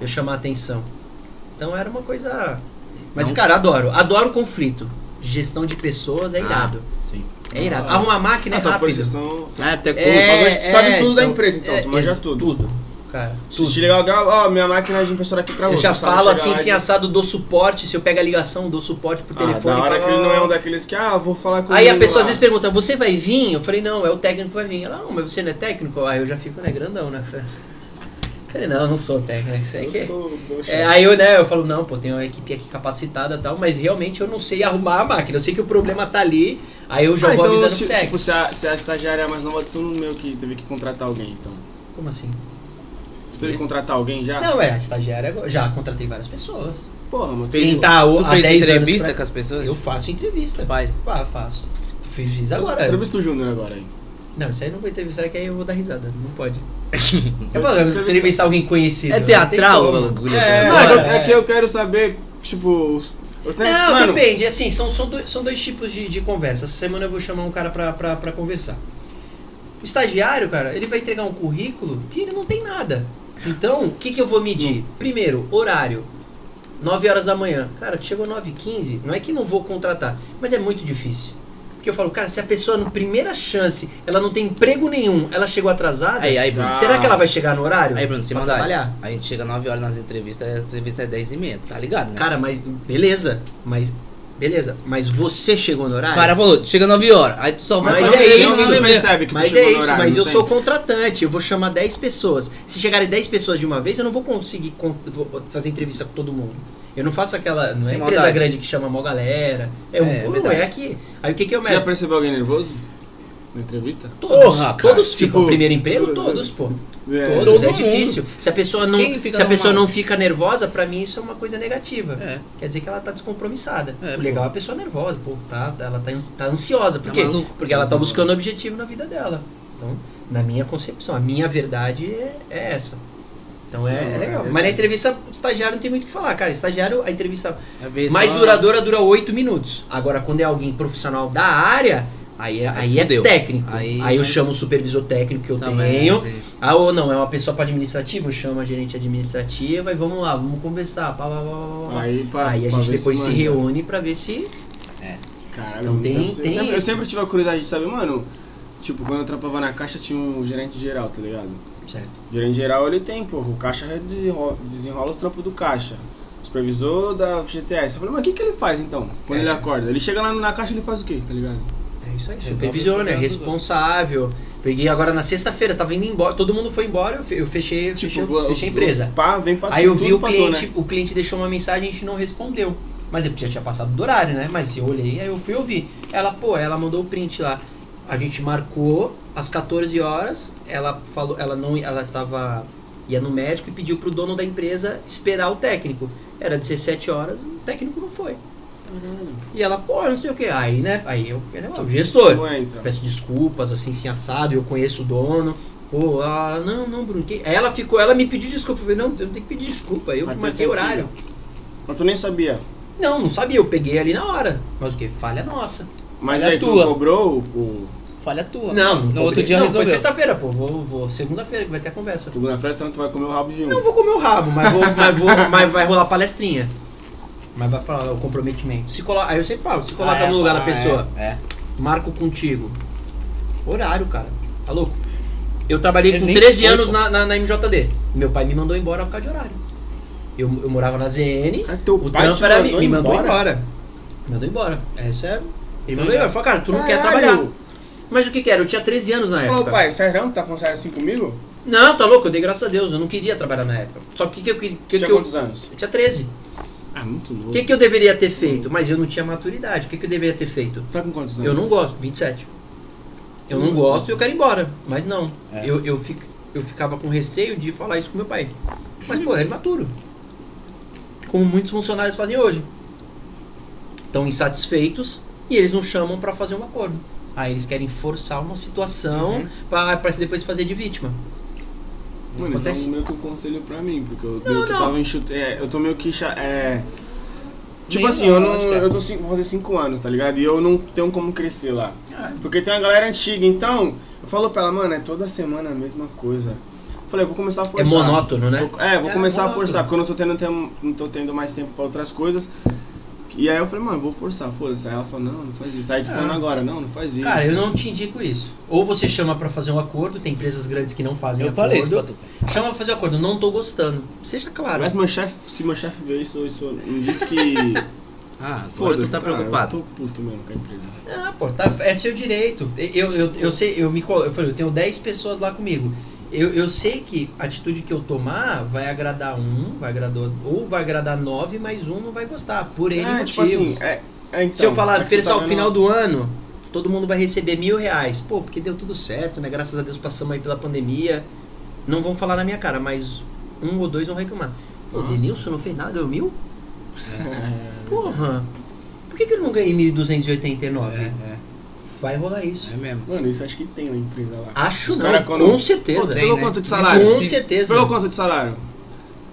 Eu chamar atenção. Então era uma coisa. Mas,
Não.
cara, adoro. Adoro conflito. Gestão de pessoas é
Ah.
irado.
Sim.
É irado.
Ah.
Arruma a máquina
Ah,
é
tua
rápido.
posição.
Ah, até tudo.
É,
bagulho, tu sabe tudo da empresa, então, tu manja
exa-
tudo.
Tudo, cara.
Se
Tudo.
te ligar, ó, minha máquina de impressora aqui travou.
Eu já
tu sabe
falo
chegar
assim,
lá e-
sem assado, dou suporte. Se eu pego a ligação, dou suporte pro
Ah,
telefone.
da hora
pra-
que ele não é um daqueles que, ah, vou falar com
Aí a
ele
pessoa às
lá.
vezes pergunta, você vai vir? Eu falei, não, é o técnico que vai vir. Ela, não, mas você não é técnico? Aí eu já fico, né, grandão, né? Eu falei, não, eu não sou técnico. Isso aí
Eu
que é-
sou doce.
É, aí eu, né, eu falo, não, pô, tem uma equipe aqui capacitada e tal, mas realmente eu não sei arrumar a máquina. Eu sei que o problema tá ali, aí eu já
Ah,
vou
então,
avisando
se,
pro técnico.
tipo, se a, se a estagiária é mais nova, tu não meio que teve que contratar alguém, então.
Como assim?
Tu teve que contratar alguém já?
Não, é, a estagiária, agora- já contratei várias pessoas.
Porra, mano.
Fez-
Quem tá o-
Tu
há
fez
10 anos
entrevista
pra-
com as pessoas?
Eu faço entrevista.
Faz.
Ah, faço. Fiz fiz agora.
Entrevista o Júnior agora aí.
Não, isso aí não vou entrevistar, que aí eu vou dar risada. Não pode. Eu vou entrevistar alguém conhecido.
É
não
teatral
tem como.
o bagulho, né?
É,
cara.
Mano, eu-
é.
é que eu quero saber, tipo. Eu tenho,
Não,
mano,
depende. Assim, são, são, dois, são dois tipos de, de conversa. Essa semana eu vou chamar um cara pra, pra, pra conversar. O estagiário, cara, ele vai entregar um currículo que ele não tem nada. Então, o que, que eu vou medir? Primeiro, horário. 9 horas da manhã. Cara, chegou 9 h 15 não é que não vou contratar, mas é muito difícil. Porque eu falo, cara, se a pessoa, na primeira chance, ela não tem emprego nenhum, ela chegou atrasada,
Aí, aí, Bruno.
Já.
será que ela vai chegar no horário?
Aí, Bruno, sem
pra
maldade.
trabalhar?
A gente chega 9 horas nas entrevistas, a entrevista é 10 e meia, tá ligado, né?
Cara, mas beleza, mas beleza, mas você chegou no horário?
o cara falou, chega 9 horas, aí tu só vai
Mas,
mas
não-
fazer tá
é
não-
isso,
não
nove e meia.
percebe que tu
mas
chegou
é
no
isso,
horário,
mas
não
eu
tem?
sou contratante, eu vou chamar 10 pessoas. Se chegarem 10 pessoas de uma vez, eu não vou conseguir con- vou fazer entrevista com todo mundo. Eu não faço aquela. Não é
Sem
empresa
maldade.
grande que chama mó galera. É um
É,
é,
verdade.
é aqui. Aí o que, que eu
Você já
meto?
percebeu alguém nervoso? Na entrevista?
Todos,
Porra, cara,
todos ficam.
tipo-
primeiro emprego, todos, pô.
É,
Todos,
todo
é
mundo.
difícil. Se a pessoa não,
Quem fica
se a pessoa
normal?
não fica nervosa, pra mim isso é uma coisa negativa.
É,
Quer dizer que ela tá descompromissada.
É,
o
pô.
legal é a pessoa nervosa, pô, tá, ela tá, ans- tá ansiosa. Por
Tá
quê?
maluco.
Porque ela tá buscando objetivo na vida dela. Então, na minha concepção, a minha verdade é, é essa. Então é,
Não,
é
é
legal.
verdade.
Mas na entrevista, o estagiário não tem muito o que falar, cara. Estagiário, a entrevista
é ver
mais
só-
duradoura dura oito minutos. Agora, quando é alguém profissional da área, aí é, aí é
fudeu.
técnico. Aí,
Aí-
eu chamo o supervisor técnico que eu
Também,
tenho.
sim.
Ah, ou não, é uma pessoa para administrativo, eu chamo a gerente administrativa e vamos lá, vamos conversar. Pá, pá, pá, pá, pá, pá.
Aí, pra,
Aí a
pra
gente
ver
depois se
manja.
reúne pra ver se.
Caralho,
Então
não
tem-
tem, eu,
tem
sempre, eu
isso.
sempre tive a curiosidade de saber, mano. Tipo, quando eu trampava na caixa tinha um gerente geral, tá ligado?
Certo.
Gerente geral ele tem, porra. O caixa desenrola, desenrola os trampos do caixa. Supervisor da FGTS. Eu falei, mas o que, que ele faz então? Quando
É.
ele acorda? Ele chega lá na caixa ele faz o quê, tá ligado?
É isso aí,
Resolve
supervisiona, é
o problema dos
responsável. Peguei agora na sexta-feira, tava indo embora, todo mundo foi embora, eu fe- eu fechei, eu fechei,
os-
fechei a
Tipo, os
empresa.
Pá, vem pra
Aí eu
tudo
vi o
pra tu,
cliente,
né?
o cliente deixou uma mensagem e a gente não respondeu. Mas é porque já tinha passado do horário, né? Mas eu olhei, aí eu fui ouvir. Ela, pô, ela mandou o print lá. A gente marcou às 14 horas, ela falou, ela não, ela tava Ia no médico e pediu pro dono da empresa esperar o técnico. Era 17 horas, o técnico não foi.
Caralho.
E ela, pô, não sei o que. Aí, né? Aí eu, né, o gestor.
Não entra.
Peço desculpas, assim, sim, assado, eu conheço o dono. Pô, ela, não, não, Bruno. que- Aí ela ficou, ela me pediu desculpa. Eu falei, não, eu não tenho que pedir desculpa. Eu
Mas
marquei
tu
horário.
Mas tu nem sabia.
Não, não sabia, eu peguei ali na hora. Mas o que? Falha nossa.
Mas
é
Olha a
aí tu
tua.
cobrou o. o-
Falha tua.
Não, não
No outro
cobrei.
dia
não, Foi
resolveu.
sexta-feira, pô. Vou, vou segunda-feira que vai ter a conversa.
Segunda-feira então tu vai comer o rabo de um.
Não vou comer o rabo, mas, vou, mas, vou, mas vai rolar palestrinha. Mas vai falar o comprometimento. Se colo... Aí eu sempre falo, se coloca
Ah, é,
no lugar da
ah,
pessoa,
É. é.
marco contigo. Horário, cara. Tá louco? Eu trabalhei
Ele
com
nem
13
foi,
anos
pô.
na, na, na MJD. Meu pai me mandou embora por causa de horário. Eu, eu morava na ZN,
Cara, teu
o
pai
trampo
te
era
mandou
me mandou
embora?
embora. Me mandou embora. Essa é. Ele mandou
Legal.
embora. Falou, cara, tu não quer
Caralho.
trabalhar. Mas o que que era? Eu tinha 13 anos na época.
Falou, pai, sério, tu tá falando sério assim comigo?
Não, tá louco, eu dei graças a Deus, eu não queria trabalhar na época. Só que o que, eu que, que,
Tinha
que eu.
quantos anos?
Eu tinha 13.
Ah, muito
O
louco.
que, que eu deveria ter feito? Mas eu não tinha maturidade. O que, que eu deveria ter feito?
Tá com quantos anos?
Eu não gosto, 27. Eu não
Hum.
gosto e eu quero ir embora. Mas não.
É.
Eu, eu, fic- eu ficava com receio de falar isso com meu pai. Mas, pô, era imaturo. Como muitos funcionários fazem hoje. Estão insatisfeitos e eles não chamam pra fazer um acordo. Aí eles querem forçar uma situação
Uhum.
pra para se depois fazer de vítima.
Mano, isso é
Acontece.
um meio que um conselho pra mim, porque eu,
Não,
meio que
não.
tava enxut... é, eu tô meio que. cha- É... Tipo
Meio
assim, eu
não,
não.
acho que é.
Eu tô cin- vou fazer 5 anos, tá ligado? E eu não tenho como crescer lá.
Ah,
Porque tem uma galera antiga, então. Eu falo pra ela, mano, é toda semana a mesma coisa. Eu falei, eu vou começar a
É
forçar.
monótono, né?
Vou- É, vou
É,
começar a
monótono.
forçar, porque eu não tô tendo, tempo, não tô tendo mais tempo pra outras coisas. E aí eu falei, mano, eu vou forçar, foda-se. Aí ela falou, não, não faz isso. Aí tu
Ah.
falando agora, não, não faz isso.
Cara, eu não te indico isso. Ou você chama pra fazer um acordo, tem empresas grandes que não fazem
Eu
Assim, acordo.
falei isso pra tu.
Chama pra fazer um acordo, não tô gostando. Seja claro.
Mas meu chefe, se meu chefe vê isso, isso me diz que.
Ah, agora
Foda-se,
tu tá
cara,
preocupado.
Eu tô puto mesmo com a empresa.
Ah, pô, tá, é seu direito. Eu, eu, eu sei, eu me colo- eu falei, eu tenho 10 pessoas lá comigo. Eu, eu sei que a atitude que eu tomar vai agradar um, vai agradar ou vai agradar nove, mas um não vai gostar. Por ele
É, tipo assim, é, é, então,
Se eu falar,
é que tu
oferecer
tá
ao
vendo-
final do ano, todo mundo vai receber mil reais. Pô, porque deu tudo certo, né? Graças a Deus passamos aí pela pandemia. Não vão falar na minha cara, mas um ou dois vão reclamar. Pô,
Nossa.
Denilson não fez nada, ganhou mil? Ah,
É,
Porra! Por que, que eu não ganhei 1.289?
É,
Vai rolar isso.
é, é mesmo.
Mano, isso acho que tem na empresa lá.
Acho
Os
não,
cara quando-
com certeza.
Pô, tem,
Pelo
né?
quanto de salário?
Com
Sim.
certeza.
Pelo quanto de salário?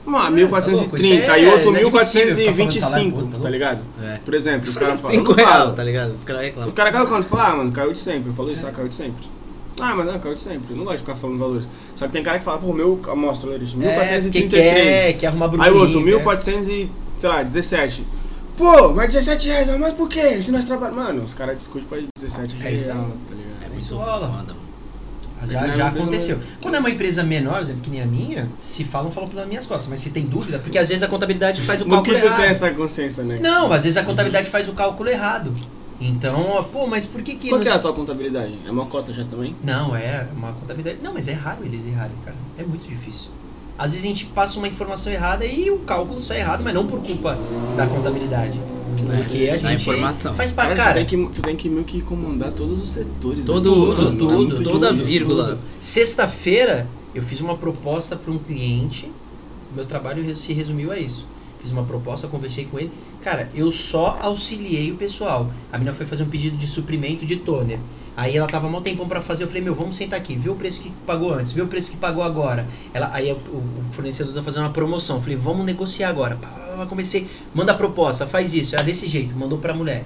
Uma,
louco, isso
1.430
é
e outro
inadmissível, tá falando de salário,
1.425,
pô,
tá
tá louco?
ligado?
É.
Por exemplo, os caras falam.
5
eu não falo.
real, tá ligado? Os caras
O
reclamam.
cara caiu quanto? Fala, ah, mano, caiu de sempre. Eu falo isso, ah, caiu de sempre. Ah, mas não, caiu de sempre. Eu não gosto de ficar falando valores. Só que tem cara que fala, pô, meu, mostra o origem,
É,
1.433.
porque quer, quer arrumar
Aí o outro,
burburinho, né?
1.400 e, sei lá, 17. Pô, mas 17 reais a mais por quê? Se nós trabalhamos. Mano, os caras discutem pra 17
É isso
reais,
aí.
tá ligado?
É muito
Isso rola.
foda, mano.
Já,
Mas
já
na empresa
aconteceu. Quando é uma empresa menor, por exemplo, que nem a minha, se falam, falam pelas minhas costas. Mas se tem dúvida, porque às vezes a contabilidade faz o
No que
cálculo
tu tem
errado.
essa consciência, né?
Não, às vezes a contabilidade faz o cálculo errado. Então, ó, pô, mas por que que...
Qual
não...
que é a tua contabilidade? É uma cota já também?
Não, é uma contabilidade... Não, mas é raro eles errarem, cara. É muito difícil. Às vezes a gente passa uma informação errada e o cálculo sai errado, mas não por culpa da contabilidade. Porque a
Da
gente
Uhum. informação.
faz parte,
tu,
cara.
tem que, tu tem que meio que comandar todos os setores. né?
Todo-
Mano,
tudo,
é muito
toda
difícil.
vírgula.
Sexta-feira, eu fiz uma proposta para um cliente. Meu trabalho res- se resumiu a isso. Fiz uma proposta, conversei com ele. Cara, eu só auxiliei o pessoal. A menina foi fazer um pedido de suprimento de toner. Aí ela tava mal tempão para fazer. Eu falei, meu, vamos sentar aqui. Vê o preço que pagou antes, vê o preço que pagou agora. Ela, aí o, o fornecedor tá fazendo uma promoção. Eu falei, vamos negociar agora. Pá, pá, pá, Comecei, manda a proposta, faz isso. É desse jeito, mandou pra mulher.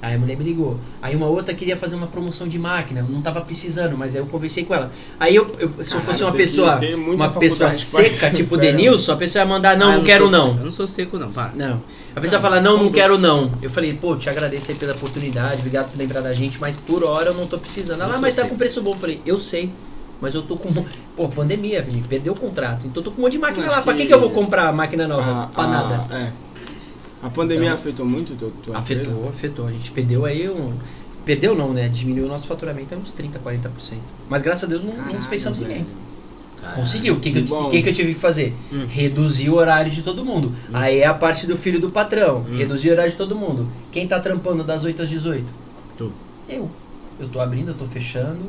Aí a mulher me ligou. Aí uma outra queria fazer uma promoção de máquina, não tava precisando, mas aí eu conversei com ela. Aí eu, eu- se eu
Caralho,
fosse
tem
uma
que
pessoa,
ter muita
uma pessoa
faculdade pra
seca,
isso,
tipo
sério.
Denilson, a pessoa ia mandar não,
Ah,
não,
eu sou
quero não.
seco. Eu não sou seco, não,
é.
para.
Não. A pessoa fala, não, não quero não. Eu falei, pô, te agradeço aí pela oportunidade, obrigado por lembrar da gente, mas por hora eu não tô precisando. Ela,
Eu
ah, mas tá
sei.
com preço bom. Eu falei, eu sei, mas eu tô com. Pô, pandemia, gente, perdeu o contrato. Então eu tô com um monte de máquina
Acho
lá. Pra
que-
que, que eu vou comprar máquina nova?
A,
pra
a-
nada.
Ah, É. A pandemia
Então-
afetou muito o teu, teu emprego?
Afetou, afetou. A gente perdeu aí um. Perdeu não, né? Diminuiu o nosso faturamento aí uns 30%, 40%. Mas graças a Deus não, não
Caralho,
dispensamos
velho.
ninguém. Conseguiu. O que, que,
Que
eu,
bom.
o que, que eu tive que fazer?
Hum.
Reduzir o horário de todo mundo. Aí é a parte do filho do patrão.
Hum.
Reduzir o horário de todo mundo. Quem tá trampando das 8 às 18?
Tu.
Eu. Eu tô abrindo, eu tô fechando.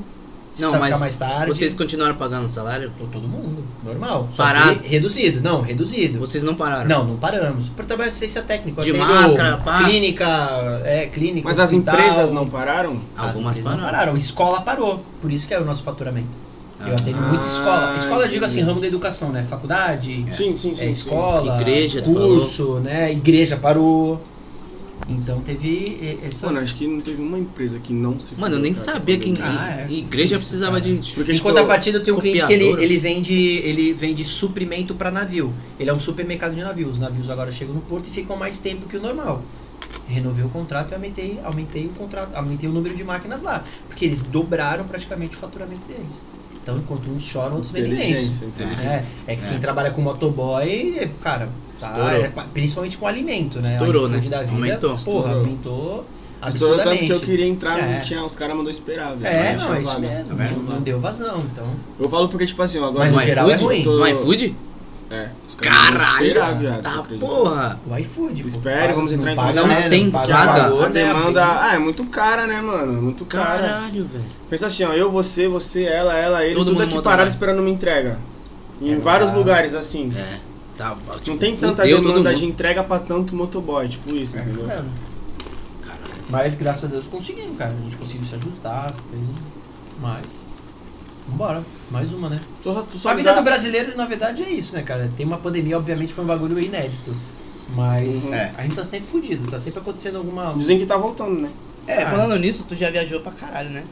Se
Não,
precisar ficar
mas
mais tarde.
Vocês continuaram pagando o salário?
Tô todo mundo, normal. Só
Parado?
que reduzido, não, reduzido.
Vocês não pararam?
Não, não paramos. Por trabalho de assistência técnica.
De
atendo
máscara, pá.
Clínica, é, clínica,
Mas as
hospital.
empresas não pararam?
As
Algumas
empresas não
pararam.
pararam. Escola parou. Por isso que é o nosso faturamento. Eu atendo
Ah,
muita escola. Escola, eu digo assim,
Ah.
entendi.
ramo da educação, né? Faculdade,
Sim, sim, sim.
é,
sim.
escola,
Igreja, tu
curso, né? Igreja parou. Então teve essa.
Mano, acho que não teve uma empresa que não se
Mano,
fudeu,
eu nem
cara,
sabia que
com a pandemia.
Ah, é.
igreja precisava de.
Porque,
Em
tipo,
contrapartida, tem um cliente que ele,
copiadora.
ele, vende, ele vende suprimento para navio. Ele é um supermercado de navios. Os navios agora chegam no porto e ficam mais tempo que o normal. Renovei o contrato e aumentei, aumentei o contrato, aumentei o número de máquinas lá. Porque eles dobraram praticamente o faturamento deles. Então, enquanto uns choram, outros vendem lenço.
inteligência, inteligência.
É, é que
É.
quem trabalha com motoboy, é, cara, tá,
Estourou.
é pa- principalmente com alimento, né?
Estourou,
O iFood
né?
Da vida,
Aumentou.
Porra,
Estourou.
aumentou
Estourou tanto
absurdamente.
que eu queria né? entrar,
É.
não tinha, os caras mandou esperar, velho.
É,
Não
não, é
tinha
isso
vaga.
mesmo.
Tá vendo?
Não, não deu vazão, então.
Eu falo porque, tipo assim, ó, agora...
Mas
no
no geral é
iFood?
ruim.
Tô-
No iFood?
É, os caras mandam esperar,
Caralho!
viado,
Tá
acredito.
porra!
O iFood. pô,
Espere,
paga-
vamos entrar em
não paga,
contato.
né?
Não tem
paga
vaga.
valor,
A
né?
demanda... Ah, é muito cara, né, mano? Muito cara.
Caralho, velho.
Pensa assim, ó, eu, você, você, ela, ela, ele,
Todo
tudo
mundo
aqui
motoboy.
parado esperando uma entrega. Em
É, não
vários
dá.
lugares, assim.
É, tá.
Não tem tanta
Fudeu todo
demanda
mundo.
de entrega pra tanto motoboy, tipo isso, entendeu?
É,
Caralho.
Mas graças a Deus conseguimos, cara. A gente conseguiu se ajudar, fez um- mais. Vambora, mais uma, né?
Tô, tô só
A vida
dá-
do brasileiro, na verdade, é isso, né, cara? Tem uma pandemia, obviamente, foi um bagulho inédito. Mas
Uhum.
É.
a gente tá sempre fudido, tá sempre acontecendo alguma.
Dizem que tá voltando, né?
É,
Ah.
falando nisso, tu já viajou pra caralho, né?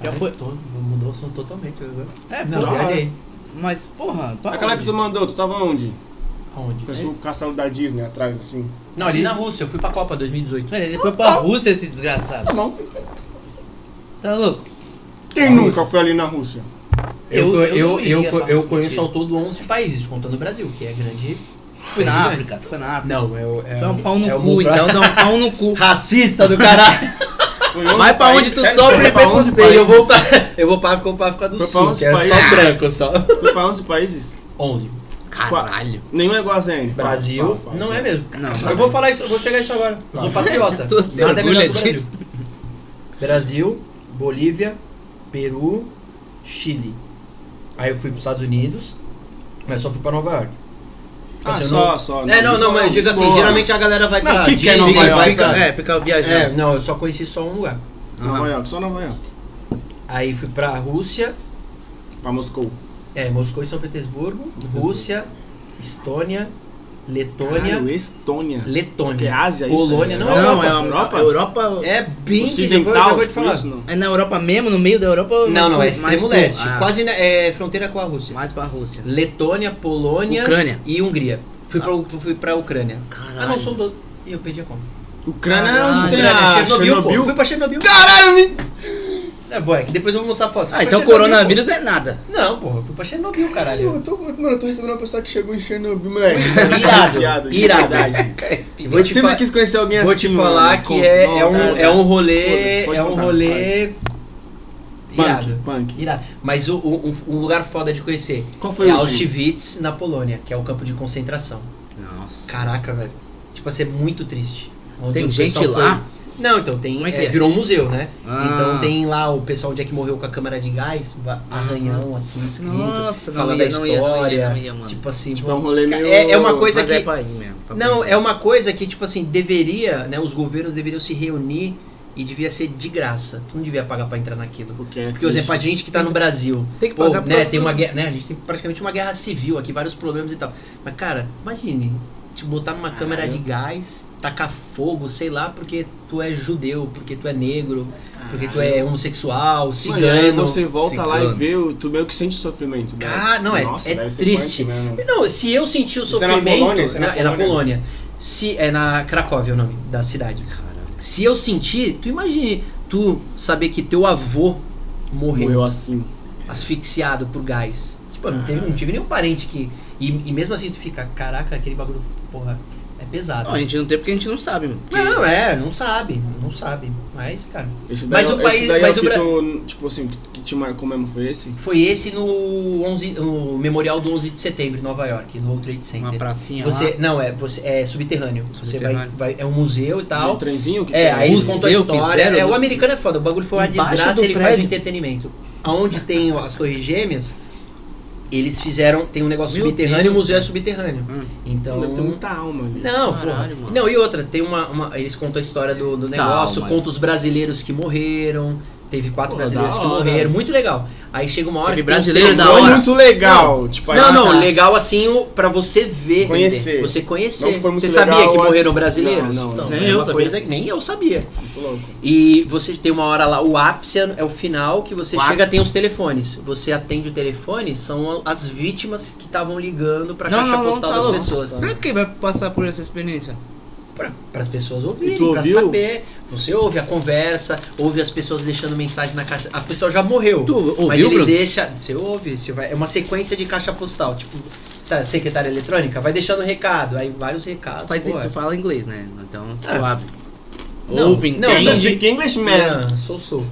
Já
Cara,
foi.
Ah, tô- mudou o som totalmente agora.
É,
Não,
da
porra.
hora.
viajei.
Mas, porra, pra
Aquela
onde?
que tu mandou, tu tava onde?
Aonde?
Parecia o castelo da Disney atrás, assim.
Não, ali na Rússia, eu fui pra Copa 2018.
Mano, ele foi pra Rússia, esse desgraçado.
Tá bom. Tá
Tá louco?
Quem
Ah,
nunca foi ali na Rússia?
Eu,
Eu-
eu,
eu não
eu,
iria
co-
pra
eu
Rússia.
conheço ao todo 11 países, contando o Brasil, que é grande.
Tu foi
né?
na África, tu foi na África.
Não, é, o- é,
Tu é um pau no
é o
cu,
Mubra-
então dá um pau no cu.
Racista do caralho!
Foi onze
Vai pra onde
países,
tu
sério,
sofre
foi pra onze
preconceito.
países?
eu vou pra, eu vou pra África, eu vou pra África do
Foi pra
Sul,
uns
que é
países.
só branco, só.
Foi pra 11 países?
11.
Caralho.
Nenhum é igual a Zene. Fala,
Brasil,
fala, fala,
não é
Zene.
mesmo.
Não,
Eu vou falar isso, eu vou chegar a isso agora. Eu sou patriota.
Todo se
Nada é melhor
orgulha
que o Brasil. Brasil, Bolívia, Peru, Chile. Aí eu fui pros Estados Unidos, mas só fui pra Nova York.
Ah,
Tipo assim, eu
só,
não-
só.
É, não, não, mas eu digo assim,
Boa.
geralmente a galera vai
Não,
pra
o que que é
Disney,
Nova York,
vai
Fica,
pra-
é, fica
É,
viajando.
não, eu só conheci só um lugar.
Nova
Aham.
York, só Nova York.
Aí fui pra Rússia,
Pra Moscou.
é, Moscou e São Petersburgo,
Petersburgo.
Rússia, Estônia, Letônia,
Caralho, É, Estônia.
Letônia.
Porque é Ásia, isso?
Polônia,
né?
não,
Não,
Europa.
é uma Europa. Europa.
É bem
Ocidental,
eu vou te
tipo
falar.
isso, não.
É na Europa mesmo, no meio da Europa? ou
Não, não, é
mais
extremo
pro-
leste,
ah,
quase na, é fronteira com a Rússia.
Mais pra Rússia.
Letônia, Polônia
Ucrânia.
e Hungria. Fui,
Ah.
pra, fui pra Ucrânia.
Caralho.
Ah, não, sou do... Ih, eu perdi a conta.
Ucrânia é
Caralho,
onde tem
Ucrânia,
a
Chernobyl,
Chernobyl.
pô. Fui pra Chernobyl.
Caralho, me...
É, bom, é que depois eu vou mostrar a foto.
Ah,
Fui
então
pra Chernobyl,
coronavírus não é nada.
pô. Não, porra, eu fui pra Chernobyl, caralho.
Eu tô, mano, eu tô recebendo uma pessoa que chegou em Chernobyl, moleque.
Irado,
de
irado.
verdade.
E
Vou te sempre
fa-
quis conhecer alguém
Vou
assim,
te falar
mano.
que
Conta,
é,
não,
é, um,
cara.
é um rolê.
Foda-se, pode
É um
contar,
rolê. Irado.
Punk, punk.
Irado. Mas o, o- um- um lugar foda de conhecer
Qual foi
é
o último?
Auschwitz, na Polônia, que é o campo de concentração.
Nossa.
Caraca, velho. Tipo, assim, é muito triste. Onde
Tem
o
gente
um pessoal foi-
lá?
Não, então, tem.
Como é que
é,
é?
Virou um museu, né?
Ah.
Então tem lá o pessoal onde é que morreu com a câmara de gás, va- arranhão, assim, escrito.
Ah. Nossa, não
fala
ia,
da
não ia, não ia,
história.
não ia, mano.
Tipo assim,
Tipo,
pô,
é um rolê meio...
é, é uma coisa
Mas
que.
é pra ir mesmo. pra
Não,
ir.
é uma coisa que, tipo assim, deveria, né? Os governos deveriam se reunir e devia ser de graça. Tu não devia pagar pra entrar naquilo.
Porque, é
Porque, por exemplo, a
triste.
gente que tá no Brasil.
Tem que
Pô,
pagar por
né,
causa
tem
do-
uma guerra, né? A gente tem praticamente uma guerra civil aqui, vários problemas e tal. Mas, cara, imagine te botar numa
Caralho.
câmera de gás, tacar fogo, sei lá, porque tu é judeu, porque tu é negro, porque tu é homossexual,
Mano, e aí
cigano.
você volta lá e
cigano.
vê, o- tu meio que sente o sofrimento. né?
Cara, não, é-
Nossa,
é
deve ser
triste.
punk mesmo.
Não, se eu senti o
Isso é na
sofrimento.
Polônia? Isso é na
na- é na
Polônia?
Polônia. Se, é na Cracóvia o nome da cidade.
Caralho.
Se eu sentir, tu imagine tu saber que teu avô morreu,
Morreu assim.
asfixiado por gás. Tipo, eu não, teve, não tive nenhum parente que. E, e mesmo assim tu fica, caraca, aquele bagulho, porra, É pesado.
Não, a gente não tem porque a gente não sabe, mano. Porque-
Não, é, não sabe, não sabe. Mas, cara,
Esse daí,
Mas
é-
o país-
esse daí
mas
é o
o
que
Bra-
tu, tipo assim, que- que te marcou mesmo foi esse?
foi esse no, 11, no Memorial do 11 de Setembro, em Nova York, no World Trade
Uma
Center.
pracinha
Você,
lá.
não, é, você, é subterrâneo. Você vai,
Subterrâneo.
vai- é um museu e
O
tal.
trenzinho que
É,
tu-
aí eles
Museu
contam a
que
história.
fizeram
É,
no-
o americano é foda, o bagulho foi uma
Embaixo
desgraça,
do
ele faz
prédio.
um entretenimento. Aonde tem as torres gêmeas, eles fizeram, tem um negócio
Meu
subterrâneo,
Deus,
o museu é
cara.
subterrâneo.
Hum.
Então,
Deve ter muita alma ali.
não,
Caralho,
porra.
mano.
Não, e outra, tem uma, uma- Eles contam a história do, do negócio,
Calma.
conta os brasileiros que morreram. Teve quatro
Pô,
brasileiros
da
que
hora.
morreram, muito legal. Aí chega uma hora
Teve
que. tem uns
brasileiro da
Foi
terremotos.
hora.
muito legal. Tipo, aí-
Não, não,
Ah, tá.
legal assim o- pra você ver.
Conhecer.
entender? Você
Não
conhecer.
que foi muito
você sabia
legal,
que
mas-
morreram brasileiros?
Não, não,
Então,
nem
é
eu
uma
sabia.
coisa que nem eu sabia.
Muito louco.
E você tem uma hora lá, o ápice é o final que você
O ápice.
chega, tem os telefones. Você atende o telefone, são as vítimas que estavam ligando pra
Não,
caixa
não, não,
postal
tá
das
louco.
pessoas
Será que vai passar por essa experiência?
para as pessoas
E
ouvirem,
tu
para
ouviu?
saber. Você ouve a conversa, ouve as pessoas deixando mensagem na caixa. A pessoa já morreu.
Tu ouviu,
mas ele
Bruno?
deixa. Você ouve, você vai. É uma sequência de caixa postal, tipo, sabe, secretária eletrônica, vai deixando recado, aí vários recados.
Faz,
pô, é.
tu fala inglês, né? Então, suave.
Não,
Ouve,
não,
entende.
não,
Speak English, man.
Man, Ah, sou sou.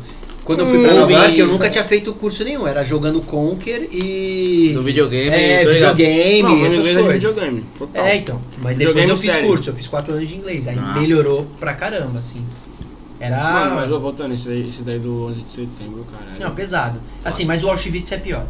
Quando eu fui pra
Hum,
Nova
ouvi.
York, eu nunca tinha feito curso nenhum. Era jogando Conker e.
No videogame,
é,
tô tá ligado.
videogame,
Não, meu
essas
inglês é de
coisas.
videogame. Total.
É, então. Mas depois
Videogame
eu fiz
sério.
curso, eu fiz quatro anos de inglês. Aí
Ah.
melhorou pra caramba, assim. Era.
Mano, mas ô, voltando, esse daí, esse daí do 11 de setembro, caralho.
ah. Não, pesado. Assim, mas o Auschwitz é pior.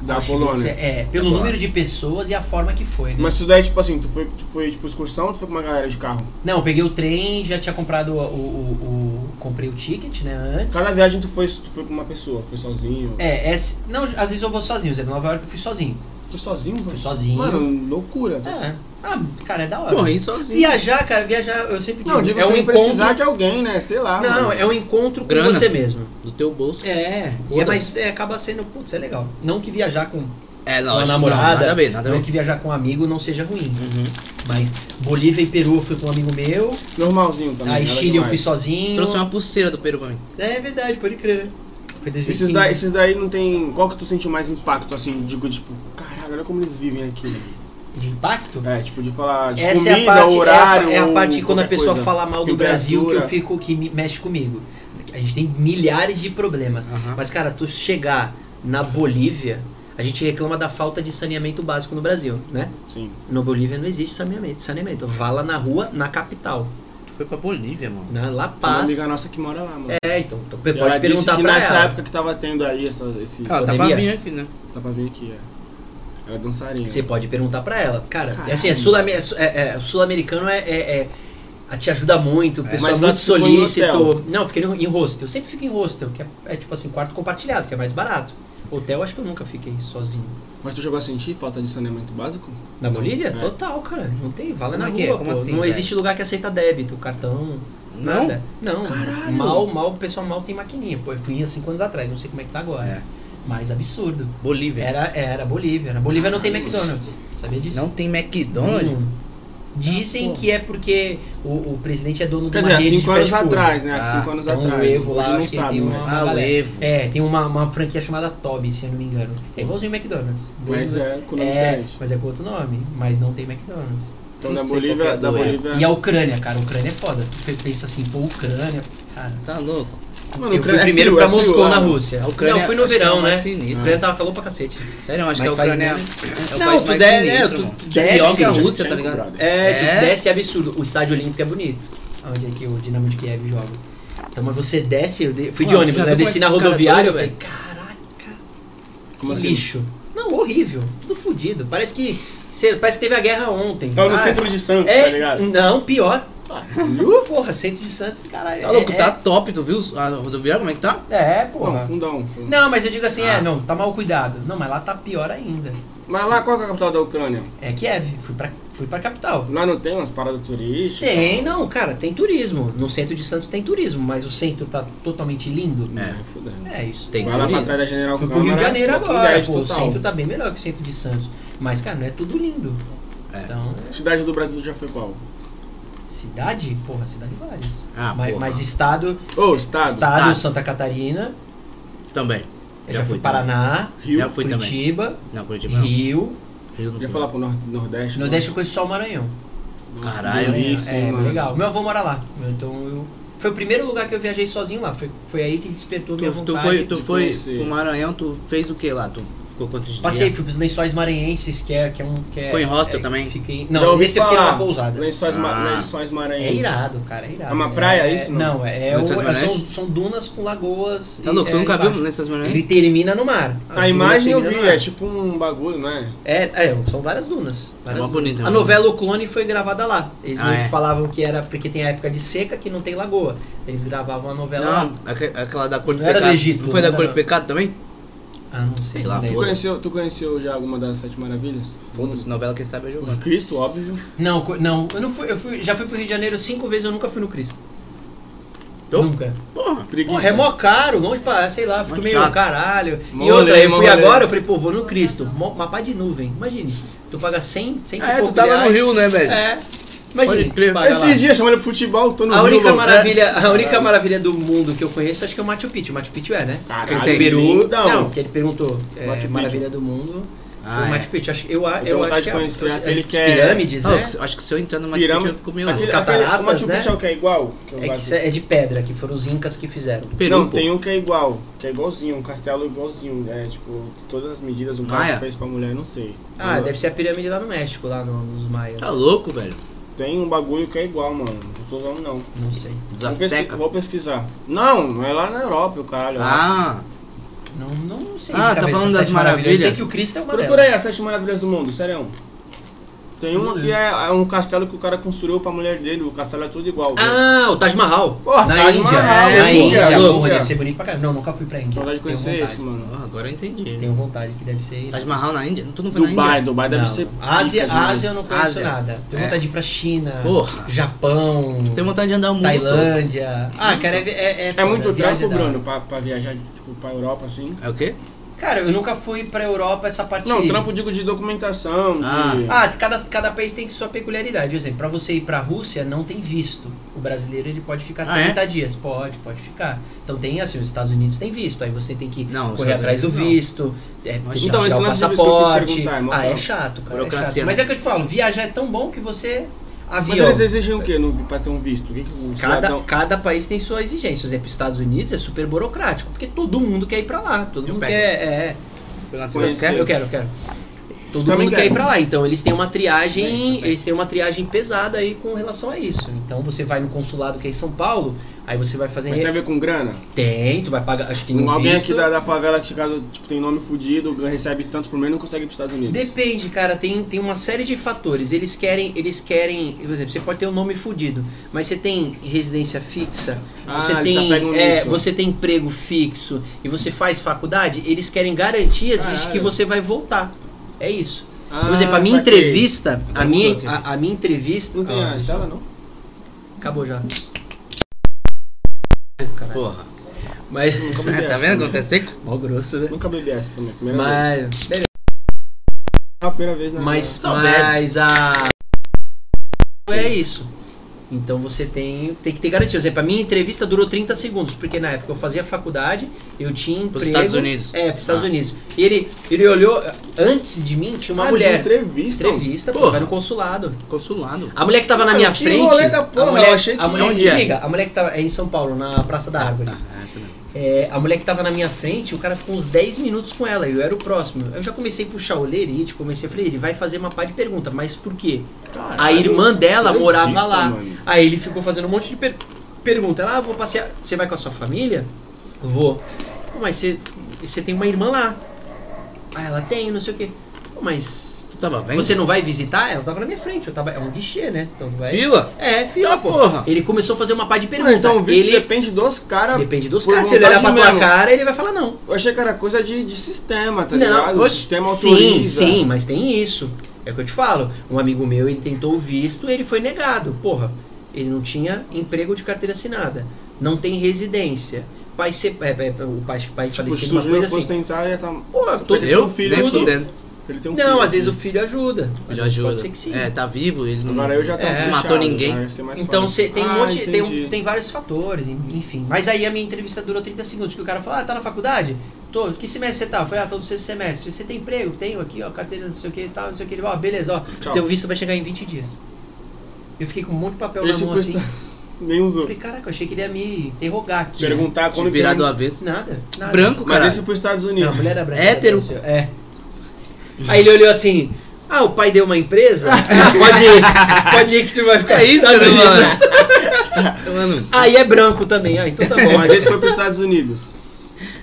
da
Auschwitz
Polônia.
É, é, pelo
Claro.
número de pessoas e a forma que foi, né?
Mas isso daí, tipo assim, tu foi, tu foi tipo excursão ou tu foi com uma galera de carro?
Não, eu peguei o trem, já tinha comprado o. o- o- o- comprei o ticket, né? Antes.
Cada viagem tu foi, tu foi com uma pessoa, foi sozinho.
É, essa- não, às vezes eu vou sozinho. Por exemplo, Nova York eu fui sozinho.
Foi sozinho,
Fui
mano.
sozinho.
Mano, loucura. tá?
É. Ah, cara, é da hora.
Morri sozinho.
Viajar, cara, viajar, eu sempre digo.
Não, digo
é um
sem precisar
encontro.
de alguém, né? Sei lá.
Não,
mano.
é um encontro com
Grana.
você mesmo.
Do teu bolso.
É, e é,
Foda-se.
mas é, acaba sendo, putz, é legal. Não que viajar com
É,
uma
lógico.
namorada,
Não, nada a ver, nada a
não
ver.
que viajar com um amigo não seja ruim.
Uhum.
Mas Bolívia e Peru eu fui com um amigo meu,
Normalzinho também.
aí
nada
Chile eu
demais.
fui sozinho.
Trouxe uma pulseira do Peru pra mim.
É verdade, pode crer. Foi 2015.
Esses daí, esses daí não tem. Qual que tu sentiu mais impacto, assim? Digo, tipo, caralho, olha como eles vivem aqui. né?
De impacto?
É, tipo, de falar de
Essa
comida,
é a parte,
horário.
é a, é a
ou
parte quando a
qualquer
pessoa
coisa.
fala mal do Brasil que eu
Temperatura.
fico que me mexe comigo. A gente tem milhares de problemas.
Aham.
Mas, cara, tu chegar na Bolívia, a gente reclama da falta de saneamento básico no Brasil, né?
Sim.
No Bolívia não existe saneamento. saneamento. Vá lá na rua, na capital,
Que foi pra Bolívia, mano.
na La
Tem uma
Paz.
amiga nossa que mora lá, mano.
É, então, tu
E ela
pode perguntar
disse que
pra
nessa
ela.
época que tava tendo aí essa, esse.
Ah, tá
Poderia?
pra vir aqui, né?
Dá pra vir aqui, é. Ela é dançarina.
Você pode perguntar pra ela. Cara,
Caralho.
é assim, é sulame- é su- é- é- o sul-americano é, é- é- a- te ajuda muito, o
É,
pessoal é
mas lá
muito
tu ficou em
solícito. Não, fiquei no- em hostel. Eu sempre fico em hostel, que é, é tipo assim, quarto compartilhado, que é mais barato. Hotel, acho que eu nunca fiquei sozinho.
Mas tu chegou a sentir falta de saneamento básico?
Na Bolívia?
É.
Total, cara. Não tem vala
Como
na
é que é?
rua,
Como
pô.
assim,
não
velho?
existe lugar que aceita débito, cartão,
Não?
nada. Não,
Caralho.
mal, mal, o pessoal mal tem maquininha. Pô, eu fui há cinco anos atrás, não sei como é que tá agora.
É.
Mas absurdo.
Bolívia.
Era, era Bolívia. Na Bolívia não tem McDonald's. Sabia disso?
Não tem McDonald's?
Nenhum. Dizem que é porque o, o presidente é dono de
Quer dizer,
uma
há
rede de
cinco anos
fast food.
atrás, né? Há
Ah,
cinco anos
então
atrás.
o Evo lá,
Hoje
acho
não
que
sabe
tem uma-
mais.
Ah, o
galera.
Evo.
É, tem uma, uma franquia chamada Toby, se eu não me engano. É igualzinho o McDonald's.
Mas é, com nome
É,
diferente.
mas é com outro nome, mas não tem McDonald's.
Então da
não sei qual
Bolívia,
que é
da
do Evo.
Bolívia.
E a Ucrânia, cara, a Ucrânia é foda. Tu fe- pensa assim, pô, Ucrânia, cara.
Tá louco.
Mano,
eu fui
Ucrânia é
primeiro
frio,
pra
é frio
Moscou
lá,
na
mano.
Rússia.
A Ucrânia,
não, fui no
acho que é
verão,
o
né?
mais sinistro.
A Ucrânia tava calor pra cacete.
É
Sério, eu acho
Mas
que a
faz
Ucrânia
bem,
é o
Não,
país
tu
mais
der-
sinistro,
é, tu-
mano.
tu
Tinha-
desce,
Pior que a
tinha-
Rússia, tá
tinha
ligado?
cobrado.
É,
É.
tu desce é absurdo. O estádio olímpico é bonito, onde é que o Dinamo de Kiev joga. Então, mas você desce, eu de- fui de
Mano,
ônibus,
já
né? Eu
viu
Desci na
como esses
rodoviária, eu
caras
falei,
doido,
caraca,
Como
que
assim?
lixo. Não, horrível, tudo fodido. Parece que. cê- Parece que teve a guerra ontem.
Tava Tá no
Ah,
centro de Santos,
é,
tá ligado?
Não, pior.
Viu?
Porra, centro de Santos, caralho.
Ah. Tá louco,
é,
tá top, tu viu a rodoviária, como é que tá?
É, é,
Não,
porra.
fundão. fundão.
Não, mas eu digo assim,
Ah.
é, não, tá mal cuidado. Não, mas lá tá pior ainda.
Mas lá, qual que é a capital da Ucrânia?
É Kiev, fui pra, fui pra capital.
Lá não tem umas paradas turísticas?
Tem, não, cara, tem turismo. No centro de Santos tem turismo, mas o centro tá totalmente lindo.
É, é fudendo.
É isso.
Tem
Vai lá pra
turismo.
trás da General
Fui pro
Câmara,
Rio de Janeiro
tá com
agora,
10
pô. O
total.
centro tá bem melhor que o centro de Santos. Mas, cara, não é tudo lindo.
É.
Então, é-
Cidade do Brasil já foi qual?
cidade? Porra, cidade várias.
Ah,
mas,
porra. Ah,
mas estado,
Ô, estado.
estado,
estado.
Santa Catarina,
Também.
eu
Já
já
fui
fui Paraná,
Rio.
Já fui também.
Curitiba,
Não, Curitiba não.
Rio.
Rio não
Já
fui.
falar pro Nor- Nordeste?
No Nordeste eu conheço só o Maranhão.
Nossa,
Caralho.
delícia, hein,
é,
mano.
legal. Meu avô mora lá. Então eu. Foi o primeiro lugar que eu viajei sozinho lá. Foi, foi aí que despertou minha
Tu, tu
vontade.
foi, tu
de
foi
conhecer.
pro Maranhão, tu fez o que lá? Tu ficou quantos dias?
Passei, fui pros lençóis maranhenses, que é, que é um. Que é,
Ficou em hostel
é,
também?
Fiquei.
Já
Não,
ouvi
esse eu fiquei
falar.
numa pousada.
Lençóis,
Ah.
ma lençóis maranhenses.
É irado, cara, é irado.
É uma praia,
é,
isso, não?
Não, é, é o-
Lençóis
são,
Maranhenses?
são dunas com lagoas.
Tá
e-
louco,
é,
tu nunca viu
embaixo.
Lençóis
Ele
Maranhenses?
termina no mar. As
A
dunas
imagem eu vi,
terminam no
é
mar.
tipo um bagulho, não é?
É, é, são várias dunas.
É
várias
mó
dunas.
bonito. né,
A
mano?
novela O Clone foi gravada lá. Eles
Ah,
meio que
é.
falavam que era porque tem a época de seca que não tem lagoa. Eles gravavam a novela lá.
Não, aque- aquela da cor do
Não era
pecado.
do Egito,
não foi
não
da cor
era.
do pecado também?
Ah, não sei
Sei
Tu
lá,
não
Todas.
lembro.
conheceu, tu conheceu já alguma das Sete Maravilhas?
Foda-se, novela quem sabe é
O
jogar.
Cristo, óbvio.
Não, co- não, eu não fui, eu fui, já fui pro Rio de Janeiro cinco vezes, eu nunca fui no Cristo.
Tô?
Nunca.
Então, Porra,
Preguiça.
Porra, é mó caro, longe pra, sei lá, fico
Mó
meio
chato.
caralho.
Mó
e outra,
rolê,
eu
mó
fui
rolê.
agora, eu falei, pô, vou no Cristo. Mó- Mapa de nuvem, imagine. Tu paga 100, 100 e
ah, é, tu
poucos
tava no
reais.
Rio, né, velho?
É, imagine.
Pode crer.
paga lá.
Esses dias chamando ele pro futebol, tô no
A
Rio,
única,
louco.
né?
maravilha, a única
Caralho.
maravilha do mundo que eu conheço acho que é o Machu Picchu. Machu Picchu é, né?
Caralho,
Porque o Peru.
lindão.
Não, que ele perguntou. É,
Machu Picchu.
maravilha do mundo. foi
Ah,
o
é.
Machu Picchu. Acho, eu a-
Eu
eu,
tenho vontade
acho
de
que
conhecer
é,
aquele
as
que é-
pirâmides,
Ah,
né?
eu acho que se eu entrando numa
Pirâmide-
Pirâmide... eu fico meio...
As
Aquele-
cataratas,
aquele- O Machu
né?
Picchu é o que é igual? Que eu
É, que
gosto.
isso é de pedra, que foram os incas que fizeram.
Peru,
não,
pô.
tem um que é igual, que é igualzinho, um castelo igualzinho, é tipo, todas as medidas um cara
Maia?
que fez pra mulher, não sei.
Ah,
Não,
deve ser a pirâmide lá no México, lá no- nos maias.
Tá louco, velho.
Tem um bagulho que é igual, mano, não tô falando não.
Não sei.
Os
Vou, pesqui-
Azteca.
vou pesquisar. Não, é lá na Europa, o caralho. lá.
Ah,
Não, não sei.
Ah,
de
tá
cabeça,
falando
as
das
sete
maravilhas.
Eu sei que o Cristo é uma
Procura
delas.
aí as sete maravilhas do mundo, sério. Tem uma
Não
que é, é um castelo que o cara construiu pra mulher dele, o castelo é tudo igual. velho.
Ah, o Taj Mahal.
Porra,
na
Taj
Índia.
Mahal,
na
é louco, é
Índia,
louco,
porra,
é.
deve ser bonito pra caramba. Não, nunca fui pra Índia.
Tenho vontade de
Tenho
conhecer
vontade.
esse, mano.
porra, agora eu entendi.
Tenho vontade que deve ser.
Taj Mahal na Índia? Tu não foi na
Dubai,
Índia?
Dubai deve
Não.
ser.
Ásia,
pica demais.
Ásia eu não conheço
Ásia.
nada. Tenho
É.
vontade de ir pra
né?
China,
Porra.
Japão,
Tenho vontade de andar o mundo todo.
Tailândia. Ah, cara, é. É,
É
foda,
muito
viagem
trampo,
da hora.
Bruno, pra, pra viajar, tipo, pra Europa assim.
É o quê?
Cara, eu nunca fui pra Europa essa parte.
Não, trampo digo de documentação, de.
Ah, cada, cada país tem sua peculiaridade. Por exemplo, pra você ir pra Rússia, não tem visto. O brasileiro ele pode ficar
Ah, é?
30 dias. Pode, pode ficar. Então tem assim, os Estados Unidos tem visto. Aí você tem que
Não, os
correr
Estados
atrás do
Unidos não.
visto. É,
Então,
você tem que
esse
tirar o
lance de visto que eu quis
passaporte.
perguntar, irmão,
Ah, é
calma.
chato, cara. É
Burocracia,
chato. Mas
né?
é que eu te falo, viajar é tão bom que você.
Mas
Avião.
eles exigem o quê no, pra ter um visto? O que, que o
Cada,
cidadão.
cada país tem sua exigência. Por exemplo, os Estados Unidos é super burocrático, porque todo mundo quer ir pra lá. Todo
Eu
mundo
pego.
quer. É,
Pegar
Conhecer.
umas
é,
coisas.
eu quero, eu quero. Todo
Também
mundo quer
quero.
ir pra lá. Então eles têm uma
Também,
triagem.
também.
eles têm uma triagem pesada aí com relação a isso. Então você vai no consulado que é em São Paulo, aí você vai fazer.
Mas tem a ver com grana?
Tem, tu vai pagar. Acho que
Um-
não.
Alguém aqui da, da favela que caso, tipo, tem nome fudido, ganha- recebe tanto por mês não consegue ir pros Estados Unidos.
Depende, cara, tem, tem uma série de fatores. Eles querem, eles querem, por exemplo, você pode ter um nome fudido, mas você tem residência fixa,
Ah,
você
eles
tem,
apegam
é,
nisso.
você tem emprego fixo e você faz faculdade, eles querem garantias de
Caralho.
que você vai voltar. É isso.
Ah,
Por exemplo, a minha
saquei.
entrevista, a
Agora
minha,
mudou, assim.
a, a minha entrevista,
Não tem tá?
Ah,
a Estela, não?
acabou já.
Porra.
Mas
Nunca bebi
tá
essa
vendo
também.
como tá seco?
mal grosso, né?
Nunca bebi essa também, primeira vez.
Mas
É a primeira vez na
Mas,
Só
mas a. É isso. Então você tem, tem que ter garantia. Por exemplo, a minha entrevista durou 30 segundos, porque na época eu fazia faculdade, eu tinha emprego.
Pros Estados Unidos.
É, pros Estados
Ah.
Unidos. E ele, ele olhou, antes de mim tinha uma
Ah,
mulher.
de entrevista.
Entrevista, pô,
Porra.
vai no consulado.
Consulado.
A mulher que tava na
Mano,
minha
que
frente.
rolê da porra,
a mulher,
eu achei que
a mulher,
onde
se
é?
liga, a mulher que tava é em São Paulo, na Praça da Árvore.
Tá, é essa mesmo.
É, a mulher que tava na minha frente, o cara ficou uns 10 minutos com ela, eu era o próximo. Eu já comecei a puxar o lerite, comecei a falar, ele vai fazer uma pá de pergunta, mas por quê?
Caralho,
A irmã dela
entrevista,
morava lá.
mano.
Aí ele ficou fazendo um monte de per pergunta. Ela, ah, vou passear. Você vai com a sua família? Vou. "Pô, Mas você, você tem uma irmã lá. Ah, ela tem, não sei o quê. "Pô, Mas
Tu tava vendo?
você não vai visitar? Ela tava na minha frente, eu tava. É um guichê, né? Então não vai.
Fila?
É, filha,
Tá,
pô.
porra.
Ele começou a fazer uma pá de pergunta.
Mano, então o visto
ele
depende dos caras.
depende dos
por
caras. Se ele olhar pra
vontade
tua
mesmo.
cara, ele vai falar não.
Eu achei que era coisa de, de sistema, tá
Não,
ligado? O
oxe,
sistema
Sim,
autoriza.
sim, mas tem isso. É o que eu te falo. Um amigo meu, ele tentou o visto, ele foi negado. Porra, ele não tinha emprego de carteira assinada. Não tem residência. Pai se- é, é, o pai, pai
Tipo, se
falecido,
o
uma
Júnior
coisa
fosse
assim.
tentar, ia tá...
Pô, tô-
Ele tem
Eu?
um filho,
Nem
tudo.
fudendo.
ele tem um filho.
Não, às vezes o filho ajuda. Às
Ele
vezes
ajuda.
Pode ser que sim.
É, tá vivo, ele não...
Agora eu já tava
É.
fechado,
Matou ninguém.
tá? Ia ser mais
Então
fácil.
você tem um
Ah,
monte, tem, um-
entendi.
tem vários fatores, enfim. Mas aí a minha entrevista durou 30 segundos, que o cara falou, ah, tá na faculdade? Tô, que semestre você tá? Eu falei, ah, tô no sexto semestre. Você tem um
Então.
emprego? Tenho aqui, ó, carteira, não sei o que e tal, não sei o que. Ele, ó, beleza, ó,
Tchau.
teu visto vai chegar em 20 dias. Eu fiquei com um monte de papel
Esse
na mão assim.
custa... Nem usou.
Falei, caraca, eu achei que ele ia me interrogar aqui.
Perguntar
De
quando que
virar do
era-
avesso.
Nada, nada.
Branco,
Mas
cara.
esse é pros Estados
Não, a
Unidos.
mulher era branca.
Hétero?
apareceu, É. Aí ele olhou assim. Ah, o pai deu uma empresa? Ah, pode ir. Pode ir que tu vai ficar
É isso,
nos Estados Unidos.
mano. mano.
Aí é branco também. Ah, então tá bom.
Mas esse foi pros Estados Unidos.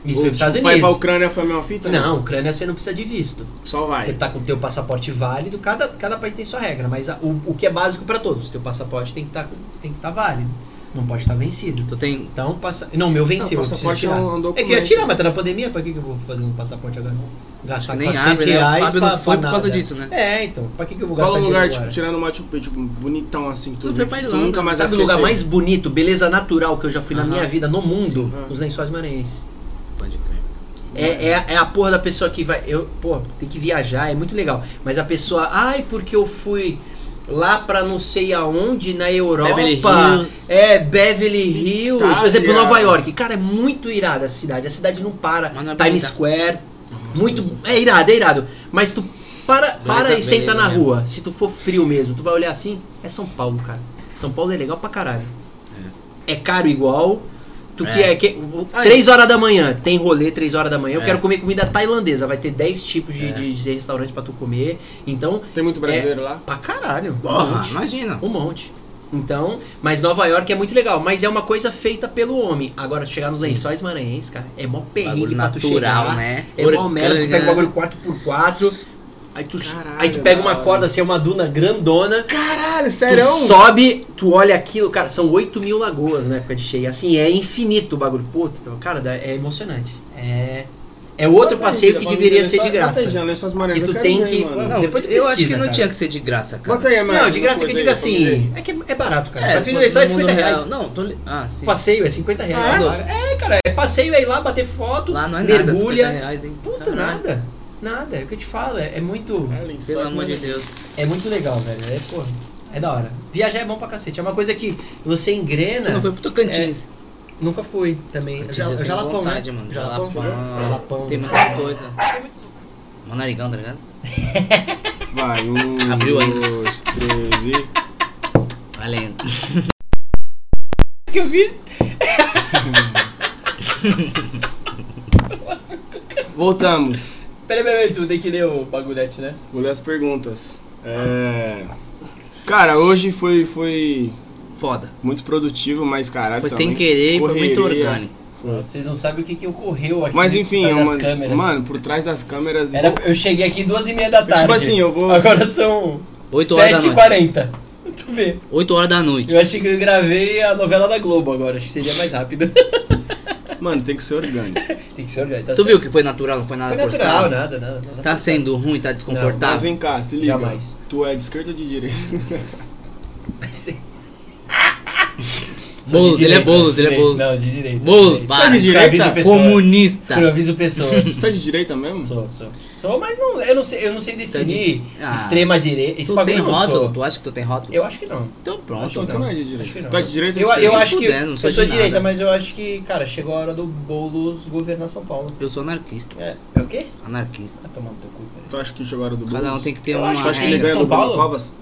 Isso foi pros Estados
Tipo, Vai pra
Unidos.
Ucrânia foi a mesma fita?
Não, Ucrânia você não precisa de visto.
Só vai.
Você tá com o teu passaporte válido, cada, cada país tem sua regra, mas a- o, o que é básico pra todos, teu passaporte tem que tá, estar válido, não pode estar vencido.
Tu tem.
Então, passa... não, o meu venceu,
Não,
eu preciso
passaporte
tirar.
é um- um
é que eu ia
documento.
tirar, mas tá na pandemia, pra que, que eu vou fazer um passaporte agora? Gastar
Nem
400
abre, né? O
Tá reais
Fábio
pra,
não foi
pra
por causa
nada.
disso, né?
É, então, pra que, que eu vou gastar
Qual um lugar,
dinheiro
tipo,
agora?
tirando Machu Picchu, tipo, bonitão assim, que tu,
Tu
vê,
foi pra
que tu
Irlanda,
nunca mais
Sabe o
vai
lugar
esquecer?
mais bonito, beleza natural que eu já fui na
Aham.
minha vida no mundo?
Sim.
Os lençóis maranhenses.
Pode crer. Né?
É, é, a- é a porra da pessoa que vai. Eu, pô, tem que viajar, é muito legal. Mas a pessoa, ai, porque eu fui lá pra não sei aonde, na Europa.
Beverly Hills.
É, Beverly Hills. Por
Itália.
exemplo, Nova York. Cara, é muito irada a cidade. A cidade não para.
Mas não é
Times
bonita.
Square.
Nossa,
Muito.
nossa.
É irado, é irado. Mas tu para, para e
Beleza, né?
senta na
beleza.
rua. Se tu for frio mesmo, tu vai olhar assim, é São Paulo, cara. São Paulo é legal pra caralho. É, caro igual. Tu que
É.
é. Que,
Aí.
3 horas da manhã, tem rolê 3 horas da manhã. Eu
É.
quero comer comida tailandesa. Vai ter 10 tipos de,
É.
de, de restaurante pra tu comer. Então,
Tem muito brasileiro lá?
pra caralho. um
Porra,
monte.
imagina.
Um monte. Então, mas Nova York é muito legal, mas é uma coisa feita pelo homem. Agora, tu chegar nos
Sim.
lençóis maranhenses, cara, é mó perrengue
Bagulho
pra tu chegar.
natural, né?
É mó merda, tu pega um
Orgânico.
bagulho 4x4, aí tu,
Caralho,
aí tu pega uma
da hora.
corda assim, é uma duna grandona,
Caralho,
Tu sobe, tu olha aquilo, cara, são 8 mil lagoas na época de cheia. Assim, é infinito o bagulho. Putz, então, cara, dá- é emocionante. É, é outro passeio que
um
deveria ser de graça. Que tu tem que-
Não,
Não,
Depois tu
eu
pesquisa,
acho que não
cara.
tinha que ser de graça, cara.
Bota aí, mano.
Não, de graça que eu digo assim, é que é barato, cara. Pra tu
fosse
investir é
no mundo
50 reais.
real. Não, tô li... Ah, sim.
Passeio é 50 reais.
Ah,
é, cara, é passeio é ir lá bater foto.
Lá não é nada,
mergulha.
50 reais, hein?
Puta,
Caralho.
nada. Nada, é o que eu te falo, é, é muito.
Pelo amor de Deus.
É muito legal, velho. É, porra, é da hora. Viajar é bom pra cacete. É uma coisa que você engrena.
Tu não foi pro Tocantins.
Nunca fui também.
Tocantins,
Já,
eu tenho
É, Jalapão,
vontade,
né?
mano.
Jalapão. Jalapão.
Tem muita coisa. Manarigão, tá ligado?
Vai, um,
Abriu aí.
dois, três e...
Valendo.
que eu fiz?
Voltamos.
Peraí, peraí, tu tem que ler o bagulhete, né?
Vou ler as perguntas. É... Cara, hoje foi, foi
Foda.
muito produtivo, mas caralho
Foi
também.
sem querer e foi muito
Correria.
orgânico.
Foi.
Vocês não sabem o que, que ocorreu aqui
Mas
por
enfim,
trás
eu,
das
mano,
câmeras.
mano, por trás das câmeras...
Era- eu cheguei aqui duas e meia da tarde.
Tipo assim, eu vou...
Agora são
8 horas da noite.
7h40. Tu vê.
8 horas da noite.
Eu achei que eu gravei a novela da Globo agora. Acho que seria mais rápido.
Mano, tem que ser orgânico.
tem que ser orgânico. Tá
Tu
certo.
viu que foi natural, não foi nada
Foi natural, né?
forçado?
nada, nada, nada.
Tá sendo ruim, tá
Mas
desconfortável?
vem cá, se liga.
Jamais.
Tu é de esquerda ou de direita?
Tá Sou de
Boulos, ele é
direita,
Boulos,
de
ele é
direita.
Boulos.
Não, de direita.
Boulos,
de direita.
para.
Tá de
Escravizo
direita?
pessoas.
Comunista.
Escravizo pessoas.
Tu é de direita mesmo?
Sou, sou. Sou, mas não, eu, não sei, eu não sei definir
Ah.
extrema direita. Esse
Tu
bagulho
tem
eu não
rótulo?
sou.
Tu acha que tu tem rótulo?
Eu acho que não.
Então pronto,
Então tu não
cara.
é de
Acho que
direita.
não.
Tu é de direita ou de
Eu, eu
esquerda?
acho que.
Fudendo, não
eu
sou
sou
de nada.
direita, mas eu acho que, cara, chegou a hora do Boulos governar São Paulo.
Eu sou anarquista.
É, é o quê?
Anarquista.
Vai tomar no teu cu, cara.
Tu acha que chegou a hora do
Cada um
Boulos?
tem que ter
Eu
uma
acho
Tu acha que
Sim,
ele
regra.
ganha
É, São
do Bruno
Paulo?
Covas?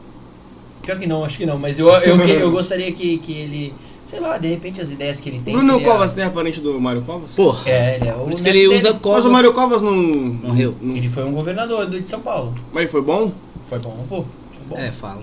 Pior que não, acho que não, mas eu, eu, que- eu gostaria que, que ele. Sei lá, de repente as ideias que ele tem. é.
Bruno
seria-
Covas tem a parente do Mário Covas?
Porra.
É, ele é o.
Por isso
neto
que ele
dele.
usa
Mas o
Cosmo.
Mário Covas não...
Morreu.
não-
Ele foi um governador do, de São Paulo.
Mas ele foi bom?
Foi bom, pô. Foi bom.
É, fala.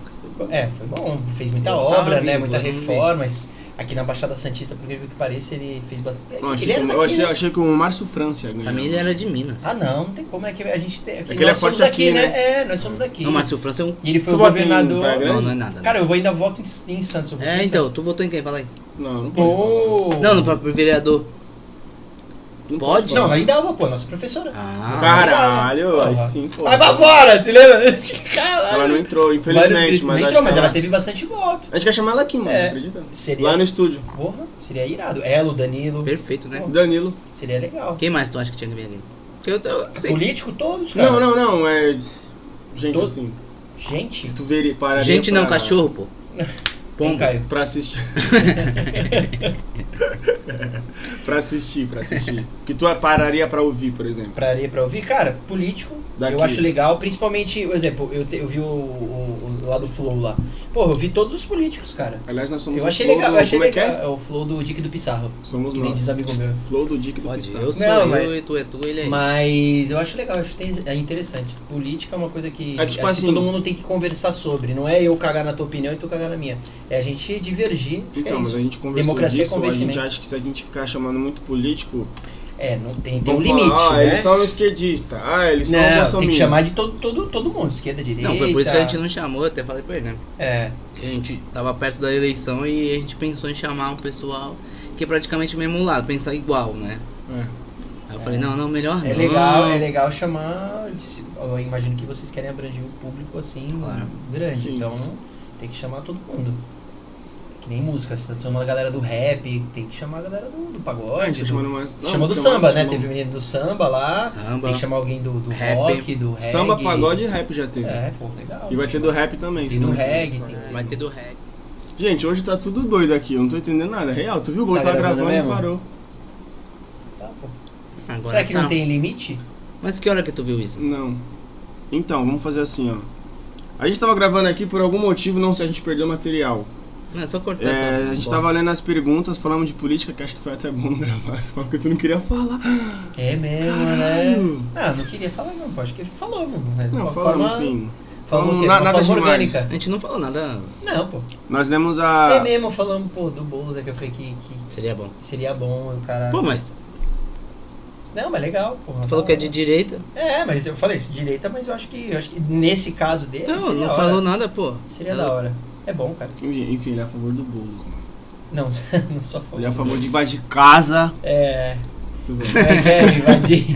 É, foi bom. Fez muita
Eu tava
obra, né?
vivo,
Muita
eu não vi.
reforma. mas Aqui na Baixada Santista, por incrível que pareça, ele fez bastante.
Não,
ele
achei, que,
era
eu
daqui,
achei,
né?
achei que o Márcio França ia ganhar.
A minha ele era de Minas.
Ah, não, não tem como. É que a gente tem.
que
nós
ele é
somos
forte aqui,
daqui, né? É, nós somos daqui.
Não, mas se o França é um.
E ele foi
Tu
o
vota em
governador.
Praia Grande?
Não, não é nada. né?
Cara, eu vou ainda voto em, em Santos. eu vou votar
é,
em
então,
Santos.
tu votou em quem? Fala aí.
Não, não pode falar.
Pô.
Não, no próprio vereador.
Não
pode?
Não,
falar.
aí dava, pô, nossa professora.
Ah,
Caralho, aí
Porra.
sim, pô.
Vai pra fora, se lembra?
Ela
Caralho.
não entrou,
Vários
infelizmente, mas
críticos-
acho
Então,
que
mas
ela-
ela teve bastante voto.
A gente quer chamar ela aqui, mano,
É.
acredita?
Seria.
Lá no estúdio.
Porra, seria irado. Ela, o Danilo.
perfeito, né?
Danilo.
Seria legal.
Quem mais tu acha que tinha que vir ali? Porque eu, assim, eu, eu sei.
Político todos, cara.
Não, não, não, é... Gente,
Todo-
assim,
Gente,
que tu veria, pararia
Gente
pra-
não, cachorro, pô.
hein,
Pomba.
Caio?
Pra assistir. pra assistir, pra assistir. Que tu pararia pra ouvir, por exemplo.
Pra, pra ouvir, cara, político,
Daqui.
eu acho legal, principalmente, por exemplo, eu, te- eu vi o, o- o- lá do Flow lá. Pô, eu vi todos os políticos, cara.
Aliás, nós somos
Eu
o
achei
flow
legal,
do-
eu achei
como é
legal.
que
É o Flow do Dick do Pissarro,
é? Somos
que nem
nós.
diz amigo meu.
Flow do Dick do
Pode,
Pissarro.
eu sou
Não,
eu,
mas-
e tu é tu, ele é ele.
Mas eu acho legal, eu acho que tem- é interessante. Política é uma coisa que,
É tipo
acho que
assim-
todo mundo tem que conversar sobre. Não é eu cagar na tua opinião e tu cagar na minha. É a gente divergir. Acho
Então,
que é,
mas
isso.
a gente conversou
Democracia é
disso, a gente
convencimento.
acha que se a gente ficar chamando muito político,
é, não tem, tem
vão
um
falar,
limite.
ah,
né?
eles são esquerdistas, ah, eles são É.
Não, tem que
bolsominions.
chamar de todo, todo, todo mundo, esquerda, direita.
Não, foi por isso que a gente não chamou, eu até falei pra ele, né?
É,
Que a gente tava perto da eleição e a gente pensou em chamar um pessoal que é praticamente o mesmo lado, pensar igual, né?
É.
Aí eu falei, não, não, melhor
é
Ah,
não.
legal, é legal chamar. de se- eu imagino que vocês querem abranger um público assim
Claro.
grande,
Sim.
então tem que chamar todo mundo. Que nem música, se tá chamando a galera do rap, tem que chamar a galera do, do
Ah, a gente
pagode.
tá
do-
chamando mais...
Se
não,
chama do
chamando-
samba, né?
chamando-
Teve o menino do samba lá.
Samba.
Tem que chamar alguém do, do
Rap.
rock, do um reggae.
Samba, pagode e rap já teve.
É, pô, legal.
E vai ter do rap também.
Tem
se não
do
me engano.
reggae, tem.
Vai ter do reggae.
Gente, hoje tá tudo doido aqui, eu não tô entendendo nada. É Real, tu viu? O Gol
Tá
tá
gravando
gravando e
mesmo?
parou.
Tá, pô.
Agora
Será que
tá.
não tem limite?
Mas que hora que tu viu isso?
Não. Então, vamos fazer assim, ó. A gente tava gravando aqui por algum motivo, não sei, a gente perdeu material.
Não, é só cortar
É,
essa
a gente
bosta.
tava lendo as perguntas, falamos de política, que acho que foi até bom não gravar esse papo, porque tu não queria falar.
É mesmo, né?
Caralho!
Ah, não queria falar não, pô. Acho que falou, mano. Mas de
Não,
uma
falamos,
forma-
enfim.
Falamos
Falamos
o quê?
na-
Uma
nada
forma
demais. Ah.
A
orgânica.
gente não falou nada,
Não, pô.
Nós lemos
É
a.
mesmo, falamos, pô, do Bolsa, que eu falei que, que
seria bom.
seria bom o cara...
Pô, mas tu
Não, mas legal, pô.
falou que é de direita.
É, mas eu falei isso, direita, mas eu acho que, eu acho que nesse caso dele
Não,
É, seria
não
da hora.
falou nada, pô.
Seria
Eu-
da hora. É bom, cara.
Enfim, ele é a favor do Boulos, mano.
Não, não só falou.
Ele é a favor de baixo de casa.
É...
Tudo bem.
Como é que é, invadir?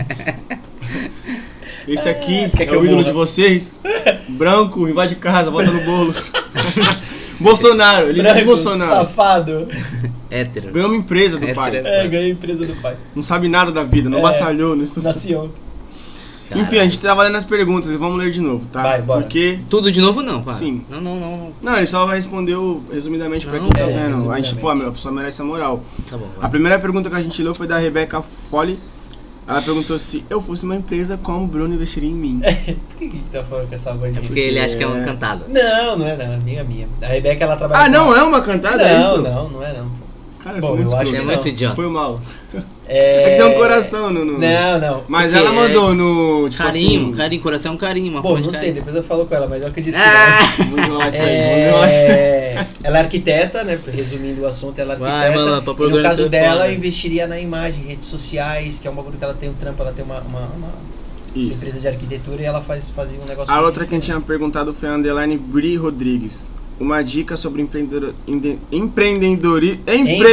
Esse aqui
quer que
é
eu
o ídolo
morra?
de vocês. Branco, invade casa, bota no Boulos. Bolsonaro, ele é de
Branco,
Bolsonaro.
safado.
Hétero.
Ganhou uma empresa do
É
pai.
treta.
É, ganhei a empresa do pai.
Não sabe nada da vida, não
É.
batalhou, não estudou.
Nasci ontem.
Caralho.
Enfim, a gente tava lendo as perguntas, vamos ler de novo, tá?
Vai, bora.
Porque.
Tudo de novo não, pá.
Sim.
Não, não, não.
Não, ele só vai responder o- resumidamente pra
Não,
quem tá
é,
vendo. A gente,
resumidamente.
pô, meu, a pessoa merece a moral.
Tá bom.
A
vai.
primeira pergunta que a gente leu foi da Rebeca Foley. Ela perguntou se eu fosse uma empresa, como o Bruno investiria em mim?
Por que que tá falando com essa vozinha?
É porque ele acha que é
é.
uma cantada.
Não, não é não, nem a minha. A Rebeca, ela trabalha
Ah,
com-
não é uma cantada, é
Não,
isso?
não, não é não.
Cara, eu
Bom,
sou muito
eu acho
escroto.
Ele é
que
muito
não.
idiota.
Foi mal.
É...
É que tem um coração no. no-
Não, não.
Mas
Porque
ela mandou no. Tipo
Carinho,
assim,
carinho, coração é um carinho, uma
Bom,
fonte
não
de
sei,
carinho.
depois eu falo com ela, mas eu acredito que não.
Ah!
Vamos enrolar isso aí, vamos enrolar isso aí.
É, ela é arquiteta, né? Resumindo o assunto, ela é
Vai,
arquiteta.
vai lá, pra
e no
programa
caso
teu
dela,
plano.
investiria na imagem, redes sociais, que é um bagulho que ela tem um trampo, ela tem uma, uma- uma- essa
Isso.
empresa de arquitetura e ela faz, fazia um negócio.
A
muito
outra que a gente
diferente.
tinha perguntado foi a underline Bri Rodrigues. Uma dica sobre empreendedor, inde- empreendedori- empreendedorismo.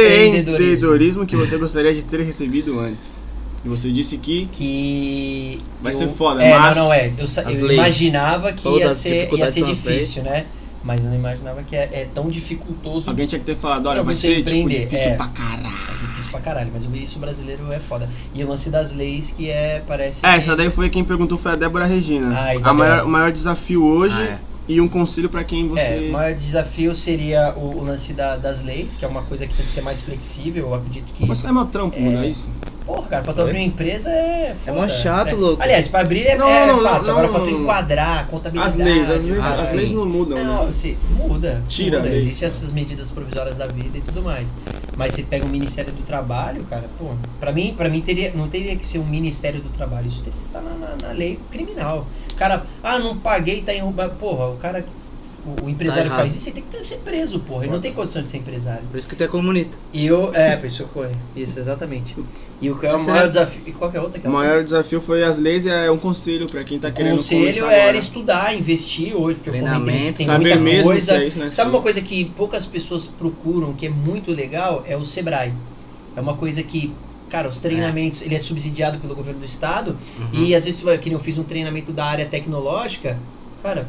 Empreendedorismo.
que você gostaria de ter recebido antes. E você disse que.
que
Vai
eu-
ser foda,
é,
mas
Não, não é. Eu, sa-
as
eu
leis,
imaginava que
todas
ia
as
ser, ia
dificuldades
ser
são as leis.
difícil, né? Mas eu não imaginava que é, é tão dificultoso.
Alguém tinha que ter falado, olha,
Pra
vai
você
ser tipo,
empreender,
difícil
é.
pra caralho.
Vai ser difícil pra caralho, mas isso brasileiro é foda. E o lance das leis que é, parece.
É,
que-
Essa daí foi quem perguntou, foi a Débora Regina.
Ah, então
a maior,
Débora.
o maior desafio hoje
Ah, é.
e um conselho pra quem você.
É, o maior desafio seria o, o lance da- das leis, que é uma coisa que tem que ser mais flexível. Eu acredito que.
Mas é meu trampo,
É.
mudar isso?
Porra, cara, pra tu abrir uma empresa é. Foda,
mó chato,
né?
louco.
Aliás, pra abrir é,
Não,
é
não, não,
fácil.
não,
Agora pra
não,
tu
não.
enquadrar,
As
contabilidade.
leis, as leis,
Ah,
as
sim.
leis não mudam,
Não,
né?
você muda.
Tira né?
muda.
a lei.
Existem essas medidas provisórias da vida e tudo mais. Mas você pega o Ministério do Trabalho, cara, pô. Pra mim, pra mim teria, não teria que ser o Ministério do Trabalho. Isso teria que estar na, na- na lei criminal. O cara, ah, não paguei, tá enrubado. Porra, o cara. O, o empresário
errado.
faz isso, ele tem que ser preso, porra. Ele não tem condição de ser empresário.
Por isso que tu é comunista.
E eu. É, pessoa corre. Isso, exatamente. E o que é
Tá
o
certo.
maior desafio. E qual que é a outra
O
que ela
maior
fez?
desafio foi as leis e é um conselho pra quem tá querendo
O
começar
conselho
agora.
era estudar, investir hoje, porque eu comentei
Treinamento,
que tem
Saber
muita
mesmo
coisa.
se é isso, né?
Sabe uma coisa que poucas pessoas procuram, que é muito legal, é o Sebrae. É uma coisa que, cara, os treinamentos, ele é subsidiado pelo governo do estado,
Uhum.
Uhum.
e às vezes, tu vai- que nem eu fiz um treinamento da área tecnológica, cara,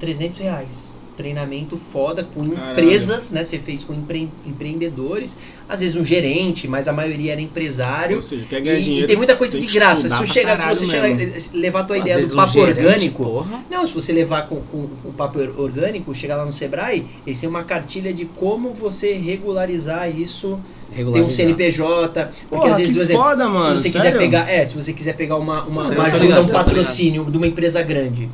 300 reais. Treinamento foda com
Caralho.
empresas, né? Você fez com empre- empreendedores, às vezes um gerente, mas a maioria era empresário.
Ou seja, quer
E,
ganhar
e
dinheiro.
tem muita coisa
tem
de
que
graça. Se,
estudar
tu
pra
chegar, se
caralho
você chegar, eh, levar a tua
Às
ideia
vezes
do
um
papo
gerente,
orgânico,
Porra.
não, se você levar com, com, com papo orgânico, chegar lá no Sebrae, eles têm uma cartilha de como você regularizar isso. Tem um
Regularizar.
CNPJ, porque
Porra,
às vezes,
que
por exemplo,
foda, mano.
se você
sério? tá
quiser pegar, é, se você quiser pegar uma, uma,
Não,
uma
eu tô
ajuda,
ligado, eu
um
tô ligado.
patrocínio de uma empresa grande,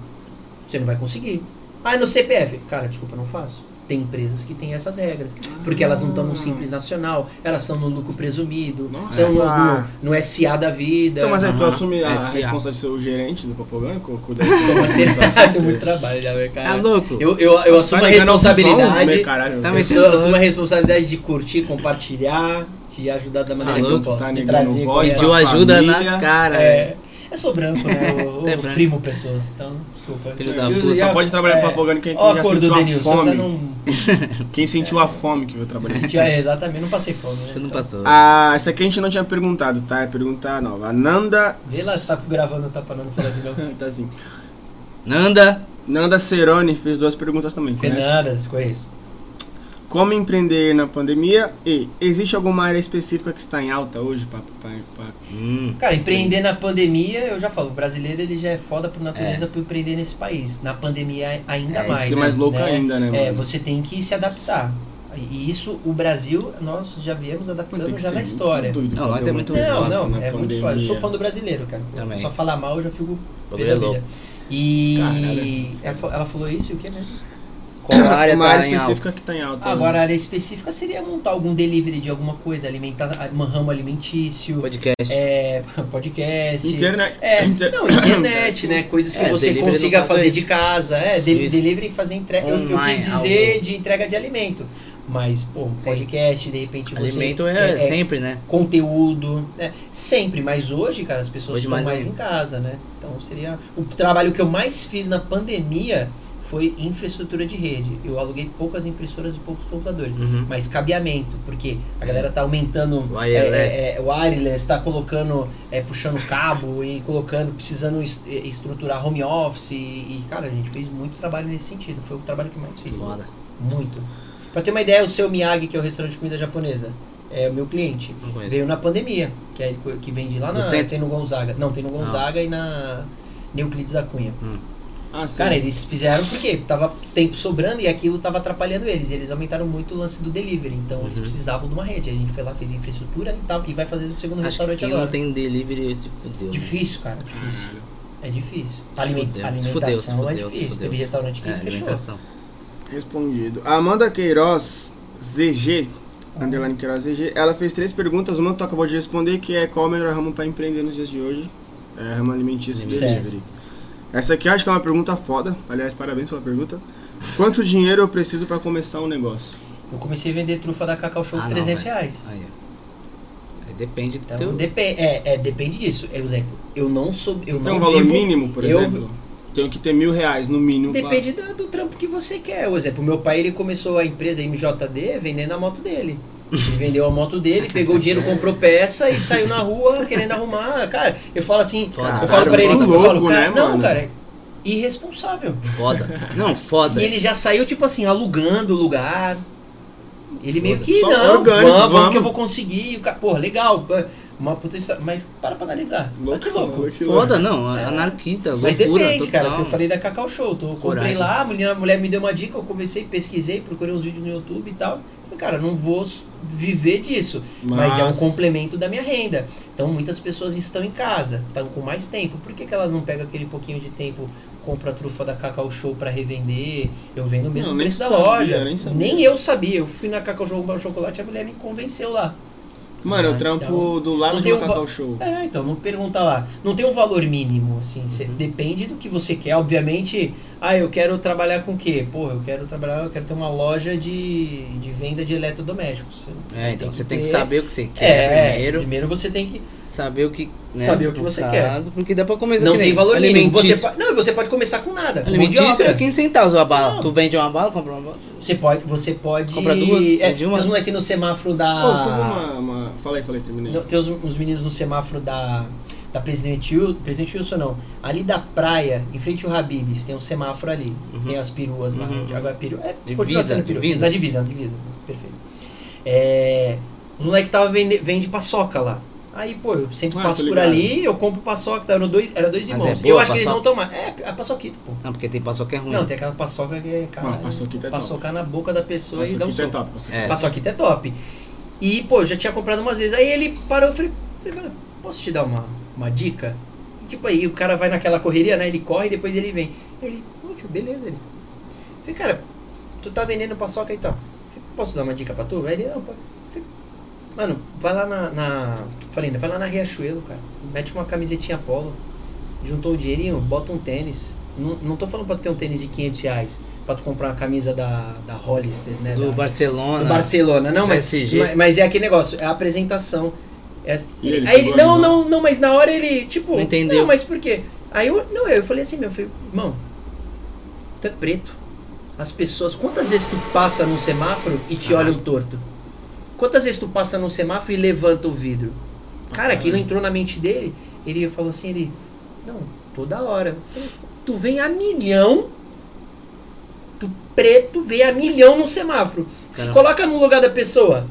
você não vai conseguir. Ah, no CPF. Cara, desculpa, não faço. Tem empresas que têm essas regras. Porque elas não estão no Simples Nacional, elas são no lucro presumido,
Ah. Nossa. Ah.
estão no, no- no SA da vida.
Então, mas aí tu
Aham.
assume a
SA.
responsabilidade de ser o gerente do Papo Branco? Cuida
Toma cerveja, Então, assim? tem muito trabalho já, velho,
É
Tá
cara.
louco?
Eu, eu, eu assumo a responsabilidade.
Caralho,
Tá,
velho.
mas-
Eu assumo a responsabilidade de curtir, compartilhar, de ajudar da maneira
Tá
que eu
louco,
posso,
tá
de
negando voz, né?
trazer. qualquer-
Pediu
a
ajuda
família,
na cara.
É, eu sou branco, né? Eu,
Até
eu
branco.
primo pessoas, então, desculpa.
Filho da
Eu-
puta,
eu-
Só pode trabalhar
é,
no Papo Branco quem
Ó,
já
acordo,
sentiu a
Denilson, já
fome.
não.
Quem sentiu a fome que veio trabalhar.
sentia- é, exatamente, não passei fome. Né?
Você não passou.
Ah, essa aqui a gente não tinha perguntado, tá? É perguntar nova. Ananda.
Vê lá se tá gravando, tá parando, falar de novo.
Tá assim.
Nanda,
Nanda Ceroni fez duas perguntas também. Conhece?
Fernanda, desconheço.
Como empreender na pandemia? E existe alguma área específica que está em alta hoje? Pra, pra, pra...
hum,
Cara, empreender na pandemia, eu já falo, o brasileiro ele já é foda por natureza por empreender nesse país. Na pandemia, ainda
É,
mais.
Ser mais louco
né?
ainda, né?
É,
mano?
você tem que se adaptar. E isso, o Brasil, nós já viemos
Mano, tem
adaptando
que
já
ser
na
muito
história.
doido pra
Não, nós
ter
é
uma
muito
coisa
Não,
foda
na
não, é muito
pandemia.
foda. Eu sou fã do brasileiro, cara.
Também.
Só falar mal eu já fico
O
pé da
bagulho é
vida. E
Caralho.
ela, fa- ela falou isso e o que, né?
qual área
Uma
tá em
área
alta?
específica que está em alta. né? hoje.
Agora, a área específica seria montar algum delivery de alguma coisa, alimentar, um ramo alimentício,
Podcast.
é, podcast.
Internet.
É,
Inter-
não, internet, né? Coisas que
É,
você
delivery
consiga
não faz
fazer
isso.
de casa. É, de,
Isso.
delivery e fazer entrega. Eu, eu
Online,
quis dizer
algo.
de entrega de alimento. Mas, pô, um
Sim.
podcast, de repente você.
Alimento é, sempre, né?
Conteúdo, né? Sempre, mas hoje, cara, as pessoas
Hoje
estão
mais
mais, em
ainda.
casa, né? Então seria. O trabalho que eu mais fiz na pandemia foi infraestrutura de rede. Eu aluguei poucas impressoras e poucos computadores
Uhum.
mas cabeamento, porque
É.
a galera tá aumentando
Wireless.
é, é, é, o wireless, tá colocando, é, puxando cabo e colocando, precisando est- é, estruturar home office e, e, cara, a gente fez muito trabalho nesse sentido, foi o trabalho que mais fiz,
Foda.
muito. Pra ter uma ideia, o seu Miyagi, que é o restaurante de comida japonesa, é o meu cliente,
Não conheço.
veio na pandemia, que é co- que vende lá
No
na,
centro? Ah.
tem no Gonzaga, não, tem no Gonzaga e na Neuclides da Cunha.
Ah, sim.
Cara, eles fizeram porque tava tempo sobrando e aquilo tava atrapalhando eles. E eles aumentaram muito o lance do delivery. Então eles
Uhum.
precisavam de uma rede. A gente foi lá, fez infraestrutura e tal. E vai fazer o segundo
Acho que
um restaurante
quem
agora.
não tem delivery se fudeu. né?
Difícil, cara. Difícil.
Caralho.
É difícil. Aliment...
fudeu, se
alimentação
fudeu, se
é
fudeu, se
difícil.
fudeu.
Teve restaurante que
É,
fechou.
alimentação.
Respondido. A Amanda Queiroz, ZG, underline Queiroz ZG, ela fez três perguntas. Uma tu acabou de responder, que é qual o melhor ramo para empreender nos dias de hoje? É ramo alimentício e
Certo.
delivery. Essa aqui eu acho que é uma pergunta foda. Aliás, parabéns pela pergunta. Quanto dinheiro eu preciso para começar um negócio?
Eu comecei a vender trufa da Cacau Show
Ah,
por
não,
300
velho.
reais.
Aí, ó. Aí depende do
Então
teu...
depen- é, é, depende disso. É, exemplo, eu não sou. Eu
Tem
não
um valor
vivo
mínimo, por
eu-
exemplo? Tenho que ter mil reais no mínimo. pra-
Depende do, do trampo que você quer. Por exemplo, meu pai ele começou a empresa MJD vendendo a moto dele. Ele vendeu a moto dele, pegou o
É.
dinheiro, comprou peça e saiu na rua querendo arrumar. Cara, eu falo assim,
Foda,
eu falo pra ele,
um
eu
louco,
falo, cara,
né,
não,
mano?
cara, é irresponsável.
foda. Não, foda.
E ele já saiu, tipo assim, alugando o lugar. Ele meio que,
Só
não,
orgânico,
vamos, vamos
vamos.
que eu vou conseguir. E o cara, Pô, legal, uma puta história. Mas para pra analisar. Olha Ah, que louco.
que louco.
Foda, não.
É.
Anarquista,
Mas
loucura
depende,
total.
cara, porque eu falei da Cacau Show. Tô, comprei
Coragem.
lá, a mulher, a mulher me deu uma dica, eu comecei, pesquisei, procurei uns vídeos no YouTube e tal. Falei, Cara, não vou s- viver disso, mas, é um complemento da minha renda. Então muitas pessoas estão em casa, estão com mais tempo. Por que, que elas não pegam aquele pouquinho de tempo, compra a trufa da Cacau Show pra revender? Eu vendo o mesmo
Não, nem
preço da
sabia,
loja.
nem
Nem,
sabia.
eu sabia. Eu fui na Cacau Show comprar um chocolate, a mulher me convenceu lá.
Mano, eu
Ah,
trampo
então-
do lado
Não
de
tem
um
um va-
cacau show.
É, então, não pergunta lá. Não tem um valor mínimo, assim. cê-
Uhum.
Depende do que você quer. Obviamente, ah, eu quero trabalhar com o quê? Porra, eu quero trabalhar, eu quero ter uma loja de, de venda de eletrodomésticos. Cê
É, então você tem que
ter-
saber o que você quer
É,
primeiro.
primeiro. você tem que.
Saber o que. Né,
Saber o que
no
você
caso, Porque dá pra começar
Não
que nem
tem valor mínimo.
alimentício.
Você po- não, você pode começar com nada. com mão de
Alimentício é
obra.
15 centavos a bala.
Não.
Tu vende uma bala, compra uma bala.
Você pode. Você pode.
Compra duas,
É,
vende uma.
Tem uns moleques no semáforo da.
Pô, sabe uma, uma. Fala aí, fala aí, terminei.
Ah. Não, tem os, os meninos no semáforo da, da Presidente Wilson, Presidente Wilson não, ali da praia, em frente ao Habib's, tem um semáforo ali,
Uhum.
tem as peruas lá,
Uhum.
onde- agora peru, é,
Divisa,
continua sendo perua,
divisa.
na divisa, na divisa, perfeito. É, os moleque tava vende, vende paçoca lá, aí pô, eu sempre
Ah,
passo
tô
por
ligado.
ali, eu compro paçoca, tá? eram dois, era dois
Mas
irmãos,
é boa
eu
a
acho que eles vão
paçoca?
tomar, é, a paçoquita, pô.
Não, porque tem paçoca que é ruim.
Não, tem aquela paçoca que é, cara,
Não, paçoquita é top.
paçocar na boca da pessoa
Nossa,
e dá um
aqui tá
soco.
top, nossa, aqui
É.
tá
Passou aqui até top. E, pô, eu já tinha comprado umas vezes. Aí ele parou, eu falei, falei, "Mano, posso te dar uma, uma dica? E, tipo, aí o cara vai naquela correria, né? Ele corre e depois ele vem. Aí ele, "Pô, tio, beleza. Ele, Falei, cara, tu tá vendendo paçoca e tal. Falei, posso dar uma dica pra tu? Aí ele, não, pode. Falei, mano, vai lá na, na. Falei, vai lá na Riachuelo, cara. Mete uma camisetinha polo. Juntou o dinheirinho, bota um tênis. Não, não tô falando pra tu ter um tênis de 500 reais. Pra tu comprar uma camisa da, da Hollister, né?
Do
da-
Barcelona.
do Barcelona, não, mas,
PSG.
mas, mas é aquele negócio, é a apresentação. É-
E ele
aí
ficou
ele, não,
animado.
não, não, mas na hora ele, tipo,
Não entendeu.
não, mas por quê? Aí eu, não, eu falei assim, meu filho, irmão, tu é preto. As pessoas, quantas vezes tu passa num semáforo e te olham torto? Quantas vezes tu passa num semáforo e levanta o vidro? Cara, aquilo entrou na mente dele, ele falou assim, ele, não, toda hora. Tu vem a milhão, tu preto vem a milhão no semáforo. Se
cara-
coloca no lugar da pessoa.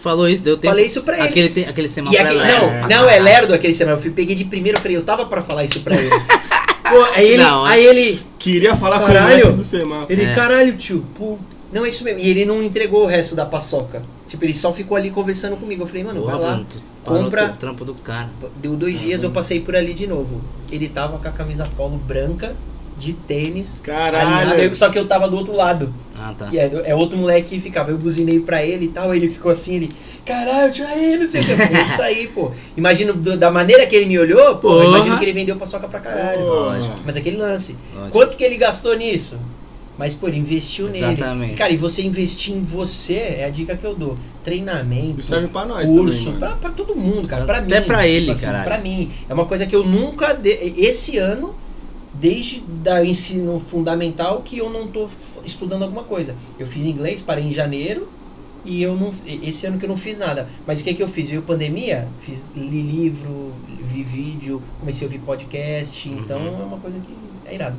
Falou isso, deu tempo.
Falei isso pra ele.
Aquele, te... aquele
E
semáforo
aquele,
é
não,
leve.
não é lerdo aquele semáforo. Eu fui- peguei de primeiro, eu falei, eu tava pra falar isso pra ele. Pô, aí ele,
Não,
aí ele,
Queria falar
Caralho.
com o moleque do semáforo.
ele
É.
caralho, tio, pô, não é isso mesmo. E ele não entregou o resto da paçoca. Tipo, ele só ficou ali conversando comigo. Eu falei, mano,
Porra, Uhum.
vai lá.
Bruno, tu parou
compra-
o trampo do cara.
Deu dois dias, eu passei por ali de novo. Ele tava com a camisa polo branca, de tênis, alinhada,
Caralho.
eu- só que eu tava do outro lado.
Ah, tá.
Que é, do- é outro moleque que ficava. Eu buzinei pra ele e tal. Ele ficou assim, ele. Caralho, tio, aí, não sei o que. Pô, isso aí, pô. Imagino do- da maneira que ele me olhou, pô,
Porra.
imagino que ele vendeu paçoca pra caralho. Mas aquele lance.
Ótimo.
Quanto que ele gastou nisso? Mas, pô, ele investiu nele.
Exatamente.
um Cara, e você investir em você é a dica que eu dou. Treinamento.
Isso é serve pra nós
Curso,
também, mano.
pra, pra todo mundo, cara. Pra
Até
mim. tipo
pra ele, caralho.
Pra mim. É uma coisa que eu nunca. de- Esse ano, desde da- o ensino fundamental, que eu não tô f- estudando alguma coisa. Eu fiz inglês, parei em janeiro. E eu não. e- Esse ano que eu não fiz nada. Mas o que que eu fiz? Veio pandemia, fiz, li livro, vi vídeo, comecei a ouvir podcast. Então
Uhum.
é uma coisa que é irado.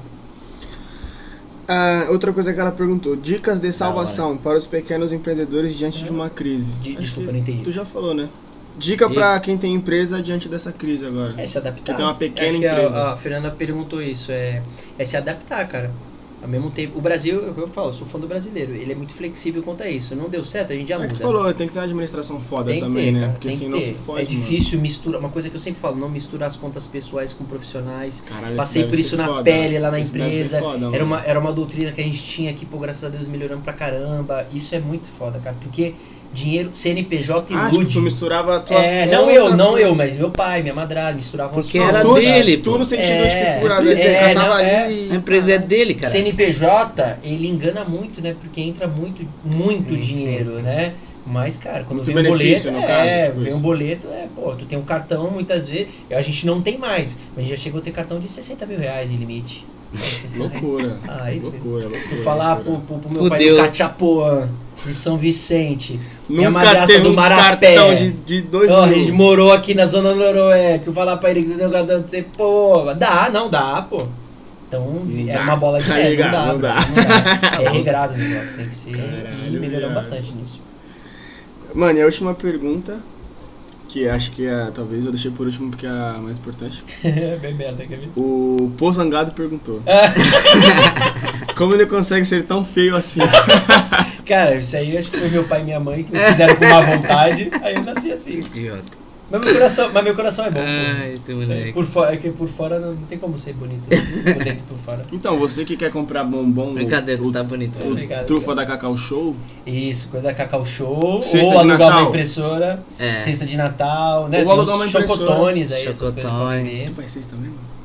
Ah, outra coisa que ela perguntou: dicas de salvação para os pequenos empreendedores diante de uma crise.
De-
Acho
desculpa,
que
não entendi.
Tu já falou, né? Dica
E-
pra quem tem empresa diante dessa crise agora.
É se adaptar.
Que tem uma pequena
Acho que a-
empresa.
A, Fernanda perguntou isso. É, é se adaptar, cara. Ao mesmo tempo, o Brasil, eu, eu falo, eu sou fã do brasileiro. Ele é muito flexível quanto a isso. Não deu certo, a gente já
É
muda. né?
que tu falou, tem que ter uma administração foda
Tem que
também,
ter,
né?
cara,
Porque
tem
assim
que
não
ter.
se fode.
É difícil misturar. Uma coisa que eu sempre falo, não misturar as contas pessoais com profissionais.
Mano. Caralho,
Passei
deve
por
ser
isso na
foda.
pele, lá na
Isso deve ser
empresa.
foda, mano.
Era uma, era uma doutrina que a gente tinha aqui, pô, graças a Deus melhorando pra caramba. Isso é muito foda, cara. Porque dinheiro, CNPJ
Ah, tipo,
ilude.
tu misturava tuas
é, não
contas
eu, não
com-
eu, mas meu pai, minha madrada misturavam as
Porque
Ah,
era
contas.
tu,
dele,
Tu
pô.
no sentido de
É,
configurar,
é,
você
não,
catava
é.
ali. e-
A empresa é dele, cara.
CNPJ, ele engana muito, né? Porque entra muito, muito
Sim,
dinheiro,
sim, sim.
né? Mas, cara, quando
Muito
vem um
benefício,
boleto,
no
é,
caso, tipo
vem
isso.
um boleto, é, pô, tu tem um cartão muitas vezes, a gente não tem mais, mas a gente já chegou a ter cartão de 60 mil reais em limite.
Loucura.
Aí, filho,
Loucura, loucura.
tu falar pro,
loucura.
pro, pro meu pai do
Fudeu.
Cachapoã, de São Vicente, minha
Nunca
madrasta
teve
do
um
Marapé.
cartão de, de dois
ó, a gente
mil.
morou aqui na Zona Noroeste, tu falar pra ele que deu cartão de você, pô, dá, não dá, pô. Então,
Não
era
dá,
uma bola de
tá
neve,
ligado, não
não dá.
dá.
bro, não dá. É regrado o negócio, tem que ser.
Caralho,
e melhorou
viado.
bastante nisso.
Mano, e a última pergunta, que acho que é, talvez eu deixei por último porque é a mais importante.
É bem merda, quer ver?
O Pozangado perguntou.
É.
Como ele consegue ser tão feio assim?
Cara, isso aí acho que foi meu pai e minha mãe que me fizeram com má vontade, aí eu nasci assim.
Idiota.
Mas meu coração, mas meu coração é bom. pô.
Ai, esse moleque.
Por fora, é que por fora não, não tem como ser bonito, né? por dentro e por fora.
Então, você que quer comprar bombom,
Brincadeira,
o,
tu tá bonito.
o
Obrigado,
trufa da Cacau Show,
Isso, coisa da Cacau Show,
Sexta de
ou alugar
Natal.
uma impressora,
É.
cesta de Natal, né?
Ou
Tem
alugar
uns
é uma impressora.
chocotones aí, essas coisas pra
Chocotone.
tu
vender.
faz seis também, mano?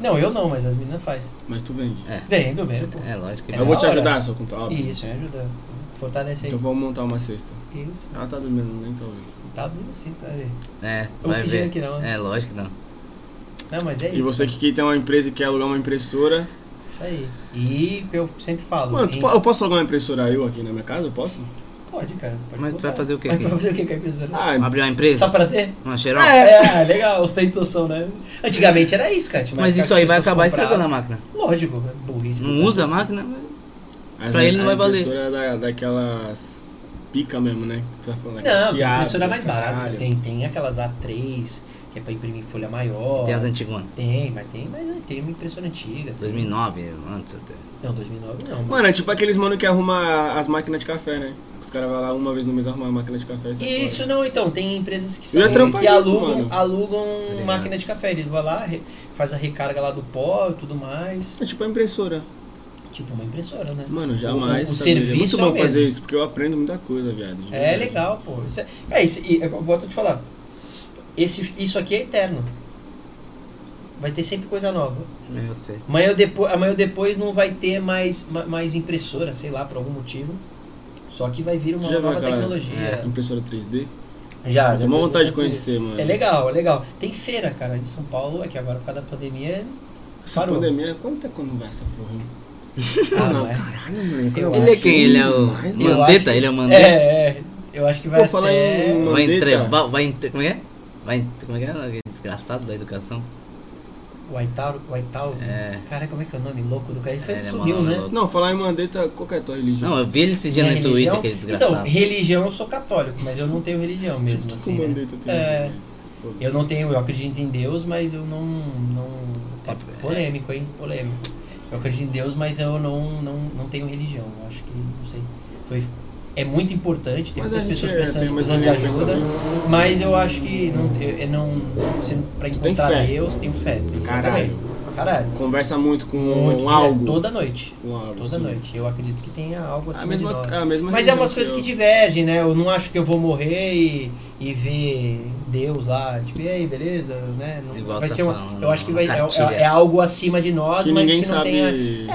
Não, eu não, mas as meninas fazem.
Mas tu vende.
é,
Vendo, vendo, pô.
É, lógico que
É
eu
não.
vou te
da hora.
ajudar, seu comprar. óbvio.
Isso, me ajuda. Fortalece aí.
Então vamos montar uma cesta.
Isso,
Ela tá dormindo, nem tô ouvindo.
tá duro sim, tá aí.
É,
Eu
vai
fingindo
ver.
que não, né?
É, lógico que não.
Não, mas é isso.
E você que tem uma empresa e quer alugar uma impressora.
Isso aí. E eu sempre falo.
Mano, tu
em-
po- eu posso alugar uma impressora eu aqui na minha casa? Eu posso?
Pode, cara. Pode
Mas tu
botar.
vai fazer o quê
Mas tu
com
vai fazer o que com a impressora?
Ah,
Abriu uma empresa?
É. Só pra ter?
Uma xerox?
É, legal, ostentação, né? Antigamente era isso, cara. tinha uma
Mas
época
isso
que
aí
as
vai
pessoas
acabar estragando
compravam.
a máquina.
Lógico, é burrice.
Não usa a máquina?
As-
Pra ele não
a
vai valer.
impressora é da, daquelas pica mesmo, né? Que tu tá falando, daquelas
Não,
que
tem
abrem,
impressora é mais básica.
caralho.
Tem, tem aquelas A3, que é pra imprimir folha maior.
Tem as antiguas.
Tem, mas tem, mas é, tem uma impressora antiga. tem-
2009, antes até.
Não, 2009 não. mas-
Mano, é tipo aqueles mano que arruma as máquinas de café, né? Os caras vão lá uma vez no mês arrumar a máquina de café. e sai
Isso
fora.
não, então, tem empresas que,
Eu ia
são,
trampar
que
nisso,
alugam,
mano. Tá
alugam
ligado.
máquina de café. Eles vão lá, re- faz a recarga lá do pó e tudo mais.
É tipo a impressora.
Tipo uma impressora, né?
Mano, jamais.
O- o
sabe?
serviço
é muito
é o
bom fazer
mesmo.
isso, porque eu aprendo muita coisa, viado. de
É
verdade.
legal, pô. Isso é, é isso, e eu volto a te falar. Esse, isso aqui é eterno. Vai ter sempre coisa nova.
É, Eu sei.
Amanhã ou depois, amanhã ou depois não vai ter mais, ma- mais impressora, sei lá, por algum motivo. Só que vai vir uma
Você já viu
nova
aquelas é,
tecnologia.
impressora 3D?
Já,
Eu
já.
tenho uma vontade de
já fui.
conhecer, mano.
É legal, é legal. Tem feira, cara, de São Paulo, aqui agora por causa da pandemia.
Essa
Parou.
pandemia, quanto é quando vai essa porra? hein?
Ah,
não,
não é.
caralho, mano. quando
Eu
vai
Ele é
ser,
quem? Ele é o
mas-
Eu acho que-
Mandetta? Ele é o Mandetta?
É, é. Eu acho que vai
Vou falar
até-
em-
Vai
Mandetta.
entrar. Vai, vai entre- Como é que é? Vai entre- Como é que é? Aquele desgraçado da educação.
Waitau, Waitau.
É.
Cara, como é que é o nome louco do cara? Ele foi-
É, ele é
sumiu,
malandro
né?
louco.
Não, falar em Mandetta, qual que é a tua religião?
Não, eu vi ele esses dias
Minha
no Twitter,
religião-
aquele
Então,
desgraçado.
religião eu sou católico, mas eu não tenho religião mesmo,
que
assim.
que o
né?
Mandetta Tipo, tem a ver
É.
com isso? Todos.
Eu não tenho, eu acredito em Deus, mas eu não. não
É-
polêmico, hein? Polêmico. Eu acredito em Deus, mas eu não, não, não tenho religião. Eu acho que, não sei. Foi, é muito importante, tem
Mas a
muitas
gente
pessoas
é,
precisando,
tem mais né?
precisando de
ou menos
ajuda.
pensamento.
Mas eu acho que não, eu, eu não, você- pra
Tu tem
encontrar
fé.
Deus, tem fé. Tem
né?
fé
Caralho.
também. Pra Caralho.
Conversa muito com
Muito,
um
direto,
algo.
Toda noite.
Com algo,
Toda
assim. É
noite. Eu acredito que tenha algo
A
assim.
mesma,
de nós.
a mesma
Mas é
religião
umas coisas que
eu.
divergem, né? Eu não acho que eu vou morrer e, e ver Deus lá, tipo, e aí, beleza? Né? Não-
Igual
vai
tá
ser uma-
falando,
eu acho que vai, é,
cartilha.
é- é algo acima de nós,
Que
mas
ninguém
que não
sabe.
tenha.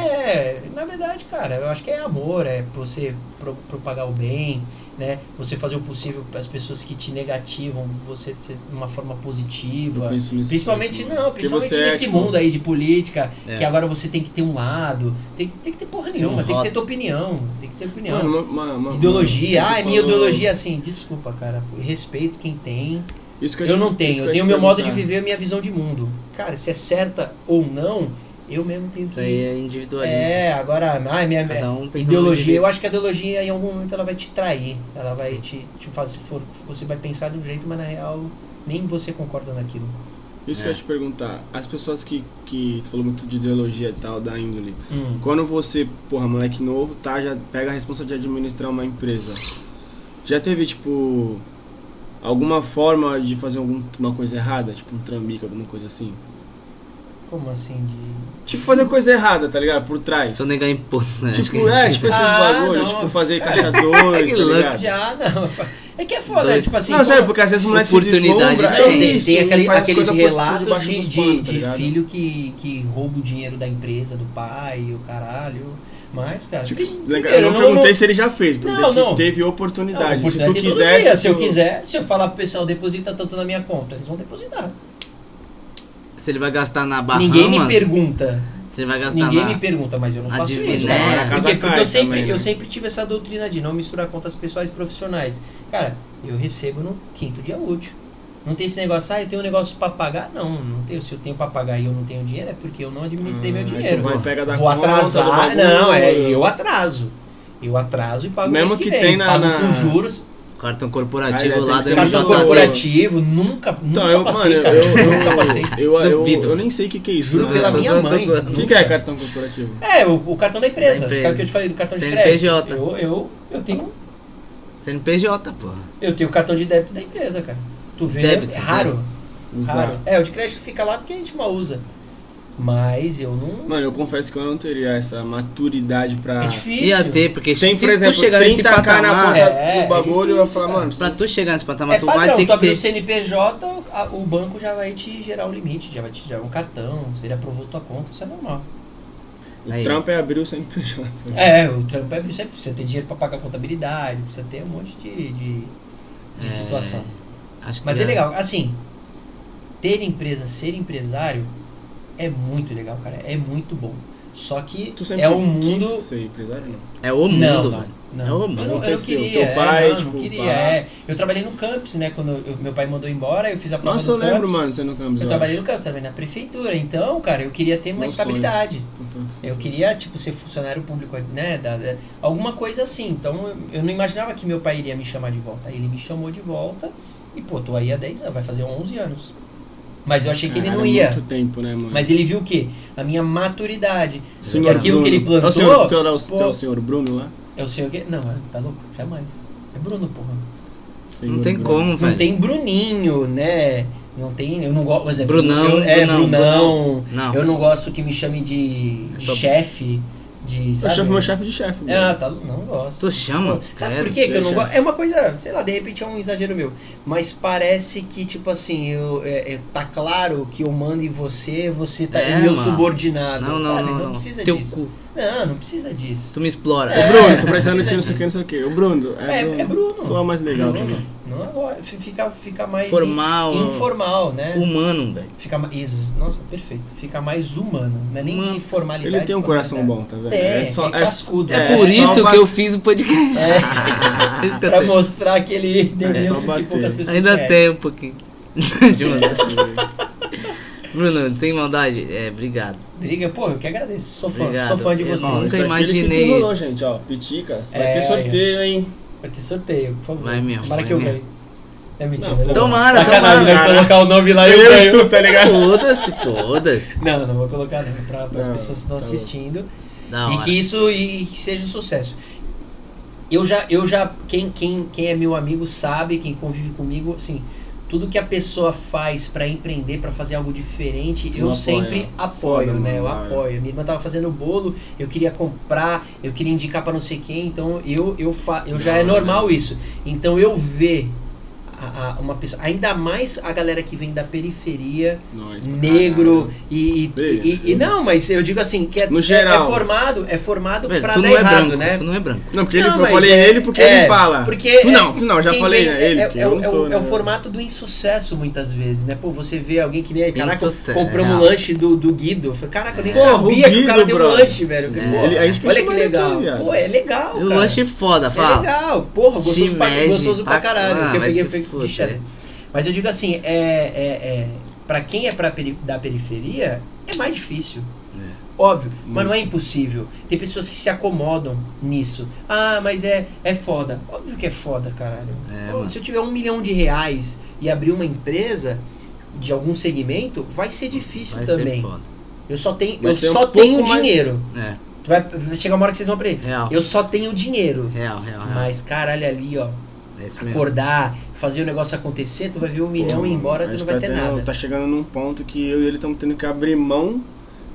É, na verdade, cara, eu acho que é amor, é você pro- propagar o bem, né? Você fazer o possível para as pessoas que te negativam, você ser de uma forma
Eu
positiva.
penso nisso
Principalmente,
sempre,
não,
mano. Porque
principalmente
você é,
nesse
tipo,
mundo aí de política,
É.
que agora você tem que ter um lado, tem, tem que ter porra
Sim,
nenhuma,
um
tem que ter
rótulo.
tua opinião, tem que ter opinião.
Mano, uma, uma- uma-
Ideologia,
uma-
ah, é minha
falou-
ideologia assim, desculpa, cara. Respeito quem tem.
Isso É que
Eu,
te-
não
isso que é
tenho, eu
te
tenho meu modo de
perguntar.
viver, a minha visão de mundo. Cara, se é certa ou não, eu mesmo tenho
Isso
que.
aí é individualismo.
é, agora, ah, minha
Cada um pensa
ideologia, eu
no
acho que a ideologia em algum momento ela vai te trair, ela vai
Sim.
te, te fazer, for- você vai pensar de um jeito, mas na real nem você concorda naquilo.
Isso
É.
que eu ia te perguntar. As pessoas que, que. Tu falou muito de ideologia e tal, da índole.
Hum.
Quando você, porra, moleque novo, tá, já pega a responsabilidade de administrar uma empresa. Já teve, tipo, alguma forma de fazer alguma coisa errada? Tipo, um trambique, alguma coisa assim?
Como assim de.
Tipo, fazer coisa errada, tá ligado? Por trás.
Se eu negar imposto, né? Acho
Tipo,
que isso
é,
que-
tipo esses
Ah,
bagulhos,
não.
tipo, fazer caixa 2,
Que
tá
louco.
ligado?
Já não. É que é foda,
Doido.
tipo assim.
não, sério,
pô,
porque às vezes o moleque se
Oportunidade,
deslumbra.
né?
É
tem,
isso,
tem aquele-
faz as
aqueles
coisas por- por
relatos
debaixo
de,
dos
de-
panos, tá
de
ligado?
filho que, que rouba o dinheiro da empresa, do pai, o caralho. Mas, cara,
Tipo,
prim-
legal,
primeiro,
eu não perguntei se ele já fez, perguntei
Não,
se
não.
teve
não,
oportunidade. Se tu
oportunidade todo
quisesse.
dia, se eu
tu-
quiser, se eu falar pro pessoal, deposita tanto na minha conta, eles vão depositar.
Se ele vai gastar na Bahamas,
Ninguém me pergunta.
se ele vai
tá
gastar
Ninguém
na...
me pergunta, mas eu não
na
faço
Diviné.
isso.
É,
Cara.
a
né, casa
Porque, porque
cai
eu, sempre,
também, né?
eu sempre tive essa doutrina de não misturar contas pessoais e profissionais. Cara, eu recebo no quinto dia útil. Não tem esse negócio, ah, eu tenho um negócio pra pagar? Não, não tenho. Se eu tenho pra pagar e eu não tenho dinheiro, é porque eu não administrei meu
Ah, aí tu
dinheiro.
vai, pega da
Vou
conta, do
atrasar.
bagulho.
Não, é, eu atraso. Eu atraso e pago
Mesmo
mês
que
vem.
tem na-
pago
na-
com juros,
Cartão
Aí,
corporativo
aí,
lá
tem
do
que ser
cartão
jogador.
corporativo, nunca, nunca
Então, eu,
passei,
mano,
cara.
eu, eu,
nunca passei.
eu, eu,
Duvido.
eu nem sei o que, que é isso.
Juro
né?
pela
Eu tô
minha
zoando.
mãe.
O que, que é cartão corporativo?
É, o, o cartão da empresa.
Da empresa.
É o que eu te falei do cartão de
CNPJ.
crédito. Eu, eu, eu tenho
tá CNPJ, porra.
eu tenho o cartão de débito da empresa, cara. Tu vê,
Débito,
é raro,
Usar.
raro. É, o de crédito fica lá porque a gente mal usa. Mas eu não.
Mano, eu confesso que eu não teria essa maturidade pra.
Ah,
é difícil.
Ia ter, porque
Tem,
se
por exemplo,
tu chegar nesse
30k na
patamar...
conta
É,
do bagulho,
é
eu ia
difícil,
falar, mano,
Pra tu chegar nesse patamar,
É
tu
padrão,
vai ter
tu
que
abrir o
ter...
CNPJ, a- o banco já vai te gerar o limite, já vai te gerar um cartão, se ele aprovou tua conta, isso é normal.
o
Aí.
trampo é abrir o CNPJ.
Hum.
né?
É, o trampo é sempre precisa ter dinheiro pra pagar a contabilidade, precisa ter um monte de, de, de
É,
situação.
Acho que
Mas é
já-
legal, assim, ter empresa, ser empresário é muito legal, cara, é muito bom. Só que
Tu sempre
é um
quis
mundo.
ser empresário? não?
É o mundo,
Não, não,
velho.
não.
É o
Eu
mundo.
não- eu não,
Aconteceu.
queria,
Teu
é,
pai,
não,
tipo,
não queria,
pá.
é. Eu trabalhei no campus, né, quando eu- meu pai mandou embora, eu fiz a prova
Nossa,
do
eu lembro,
campus.
mano, sendo câmbio.
Eu trabalhei no campus, trabalhei na prefeitura, então, cara, eu queria ter uma
Meu sonho.
estabilidade.
no.
Eu queria, tipo, ser funcionário público, né? da- da- alguma coisa assim. Então, eu- eu não imaginava que meu pai iria me chamar de volta. Aí Ele me chamou de volta e, pô, tô aí há 10 anos, vai fazer 11 anos. Mas eu achei que ele não
Caralho, é
ia.
muito tempo, né, mano?
Mas ele viu o quê? A minha maturidade.
Senhor
que aquilo
Bruno.
que ele
É
plantou,
o senhor, teu- é o- teu
pô.
senhor Bruno lá?
eu sei o quê? Não, é, tá louco? Jamais. É Bruno, porra.
Senhor
Não tem
Bruno.
como,
Não
velho.
tem Bruninho, né? Não tem, eu não gosto, por exemplo,
Brunão,
eu- é,
Brunão,
Brunão.
Não.
Eu não gosto que me chame de
É só-
chefe, de
Eu
sabe?
chamo meu chefe de chefe. mano.
Ah, tá, não gosto.
Tu chama?
Sabe
credo.
por que que eu não
deixa.
gosto? É uma coisa, sei lá, de repente é um exagero meu. Mas parece que, tipo assim, eu, é- é- tá claro que eu mando em você, você tá
É,
é, meu
mano.
subordinado.
Não, não,
sabe?
não, não.
precisa
Teu
disso.
cu.
Não, não precisa disso.
Tu me explora.
Ô,
É.
Bruno, tô precisando de ti, não sei o que, não sei o que. Ô, Bruno, é,
É, é Bruno.
Sou a mais legal
Bruno.
também.
Não agora. F- Fica, fica mais.
Formal.
Informal, né?
é Humano, velho.
Fica mais. ex- Nossa, perfeito. Fica mais humano. Não é nem
Humano.
de formalidade.
Ele tem um coração
formalidade.
bom, tá vendo?
Tem,
É
é,
só- é-
cascudo.
é
É, por
só
isso
ba-
que eu fiz o podcast.
É,
Por isso que eu
pra
tenho.
mostrar que ele
É só
denúncia que
bater.
poucas pessoas
Ainda
querem.
tem um pouquinho. De
É,
maldade. Bruno, sem maldade, é, obrigado.
Briga, pô, eu que agradeço. Sou fã,
Obrigado.
sou fã de
Eu
vocês.
nunca
isso aqui Ele
imaginei
que desenrolou,
isso.
gente, ó. Piticas, vai
É,
ter
aí, ó.
sorteio, hein?
Vai ter sorteio, por favor.
Vai mesmo,
Tomara
vai
que eu
mesmo.
ganhe. É mentira.
Não,
né?
tomara,
Sacanagem,
tomara.
vai colocar o nome lá e eu
Eu e
ganho.
tu, tá ligado?
Foda-se, foda-se.
Não, não vou colocar não, pra, as
Não,
pessoas que estão
tá bom.
assistindo.
Da
e
hora.
que isso e que seja um sucesso. Eu já, eu já, quem, quem, quem é meu amigo sabe, quem convive comigo, assim, tudo que a pessoa faz pra empreender, pra fazer algo diferente,
Tu
eu
apoia.
sempre apoio,
Foda,
né?
mano,
Eu
da hora.
apoio. Minha irmã tava fazendo bolo, eu queria comprar, eu queria indicar pra não sei quem, então eu eu fa, eu já
Da
é
hora.
né?
normal isso. Então eu ver a- a- uma pessoa, ainda mais a galera que vem da periferia,
Nós, pra
negro e, e-
Brilha.
e- e- não, mas eu digo assim que é,
No
é-
geral.
é formado, é formado
Velho,
para
tu
dar
não é
errado,
branco,
né?
tu não é branco.
Não, porque ele,
Não,
eu
mas
falei
é-
ele porque
é,
ele fala.
Porque
tu
é-
não, tu não, já
quem
falei,
vem-
né? Ele,
é,
porque
é,
eu
o-
não
é o-
sou,
é o
né?
formato do insucesso muitas vezes, né? Pô, você vê alguém que nem, caraca,
Insucesso. é
compramos um lanche do, do Guido. Eu falei, caraca, eu nem
Porra,
sabia
o
que o cara
Guido,
deu um
brother.
lanche, velho. Eu falei,
É,
pô,
ele- aí isso que eu
olha que
chamaria
legal.
também, viado.
Pô, é legal,
O
cara.
lanche foda,
É
fala.
legal, porra, gostoso pra,
Shimeji
gostoso pra
pra
caralho.
caralho, Ah,
que eu
vai
peguei,
se
peguei de
fuder.
cheddar. Mas eu digo assim, é, é, é, pra quem é pra peri- da periferia, é mais difícil.
É.
Óbvio, mas
Muito.
não é impossível. Tem pessoas que se acomodam nisso. Ah, mas é, é foda. Óbvio que é foda, caralho.
É,
Pô,
mano.
se eu tiver um milhão de reais e abrir uma empresa de algum segmento, vai ser difícil
Vai ser
também.
foda.
Eu só tenho,
Vai
eu
ser um
só
pouco
tenho
mais-
dinheiro.
É,
Tu vai, vai chegar uma hora que vocês vão aprender.
real.
Eu só tenho dinheiro.
Real, real, real.
Mas caralho, ali, ó,
É isso mesmo.
acordar, fazer o negócio acontecer, tu vai ver um milhão
Pô,
e ir embora,
a
tu não
gente
vai
tá
ter
tendo-
nada.
Tá chegando num ponto que eu e ele estamos tendo que abrir mão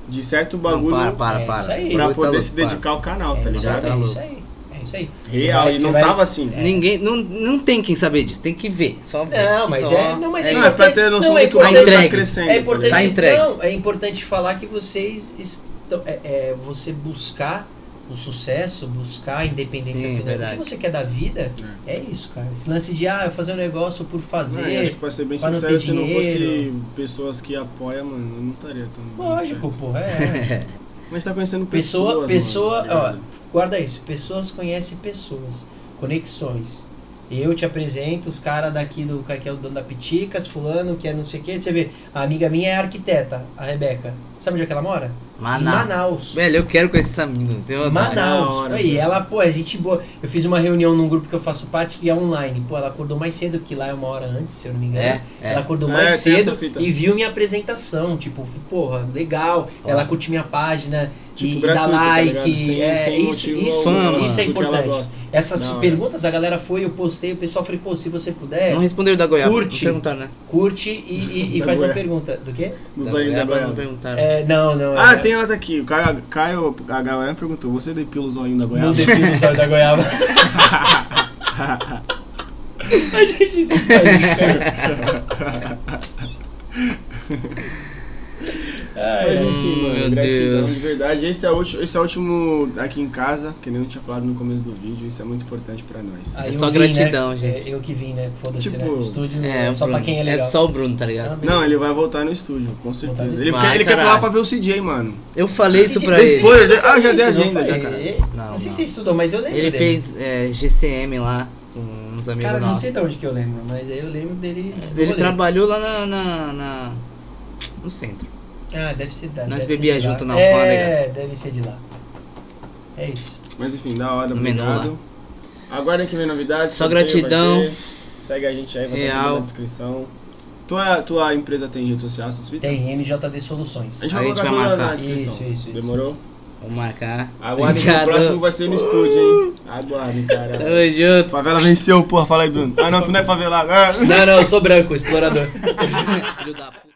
de certo
Não,
bagulho
para, para,
É
para.
isso aí.
O bagulho
pra
tá
poder
louco,
se
para.
dedicar ao canal, tá
é,
ligado?
Tá
é
louco.
isso aí. É isso aí. Você
Real,
vai-
e
você
não
vai-
tava assim.
É.
Ninguém, não, não tem quem saber disso, tem que ver. Só ver.
Não, mas
só-
é. Não, mas é,
Não, é pra ter noção
não, é
do que o bagulho
importante-
tá crescendo.
É
tá
importante,
ligado?
Tá entregue.
não, é importante falar que vocês estão. É, é, você buscar o sucesso, buscar a independência
Sim,
financeira.
verdade.
O que você quer da vida é. isso, cara. Esse lance de ah, eu fazer um negócio por
Não, eu acho
fazer.
que é pra ser bem
pra não
sincero,
ter
se não fosse
dinheiro.
pessoas que apoiam, mano, eu não estaria tão.
Lógico, porra. É.
Mas tá conhecendo
Pessoa-
pessoas.
pessoa,
mano, tá ligado?
Guarda isso, pessoas conhecem pessoas, conexões. Eu te apresento os caras daqui do que é o dono da Piticas, fulano, que é não sei o que. Você vê, a amiga minha é arquiteta, a Rebeca. Sabe onde é que ela mora? Em
Manaus.
Manaus.
Velho, eu quero conhecer essa menina. é sem maldade.
Da
Manaus.
hora,
Aí,
cara.
ela, pô, é gente boa. Eu fiz uma reunião num grupo que eu faço parte que é online. Pô, ela acordou mais cedo que lá é uma hora antes, se eu não me engano.
É, é.
Ela acordou
É,
mais
tem essa
cedo
fita.
e viu minha apresentação. Tipo, porra, legal.
Ó.
Ela curte minha página
Tipo,
e, e dá
gratuito, tá
like.
ligado? Sem-
é,
sem
isso,
motivo
isso,
algum,
isso
mano,
é
porque ela
importante.
gosta.
Essas
Da hora.
perguntas a galera foi, eu postei, o pessoal falei, pô, se você puder,
Não respondeu da Goiaba.
é. Curte.
Não perguntaram, né?
curte e, e- e
Da
faz uma
Goiás.
pergunta. Do quê?
Dos
Da
olhos da
Goiaba não
Goiaba.
perguntaram.
É, não, não.
Ah,
é-
tem outra aqui. O Caio, Caio a galera perguntou: você depila os olhinhos da
Não
Goiaba?
defino o sal da goiaba. A gente sempre faz isso, cara. Ai,
Mas
ai.
enfim,
Hum,
mano,
meu
gratidão
Deus.
de verdade. Esse é, o último, esse é o último aqui em casa, que nem eu tinha falado no começo do vídeo, isso é muito importante pra nós.
Aí
É
eu
só
vim,
gratidão,
né?
gente.
É, Eu que vim, né? Foda-se,
Tipo,
né? O estúdio
É,
é,
o
só pra
Bruno.
quem é legal.
É só o Bruno, tá
Ah,
ligado?
beleza.
Não, ele vai voltar no estúdio, com certeza. Ele,
Vai,
quer, ele quer
caralho.
colar pra ver o CJ, mano.
Eu falei isso
tipo
pra ele.
Spoiler, deu- ah, já dei a
Não
agenda, já,
falei.
Não,
Não, sei
não.
se você estudou, mas eu lembro
Ele
dele.
fez é, GCM lá com uns amigos
Cara, não
nossos.
sei de onde que eu lembro, mas aí eu lembro dele... do
Ele
rolê.
trabalhou lá na, na- na- no centro.
Ah, deve ser da...
Nós
deve ser
bebia
de lá.
junto na
É, deve ser de lá. É isso.
Mas enfim, da hora,
No menu lá.
obrigado. Aguardem que vem novidade.
Só
sorteio
gratidão.
vai ter. Segue a gente aí, vai estar
Real.
tudo na descrição. Tua, tua empresa tem rede social, essas fitas?
Tem MJD Soluções.
A gente
A
vai
gente
colocar
vai
tudo na
marcar.
descrição.
Isso, isso, isso.
Demorou?
Vamos marcar.
Aguardem que o
Obrigado.
próximo vai ser no estúdio, hein? Aguardem, cara.
Tamo junto.
Favela venceu, porra. Fala aí, Bruno. Ah, não, tu não é favelado. Ah.
Não, não, eu sou branco, explorador.
Filho da puta.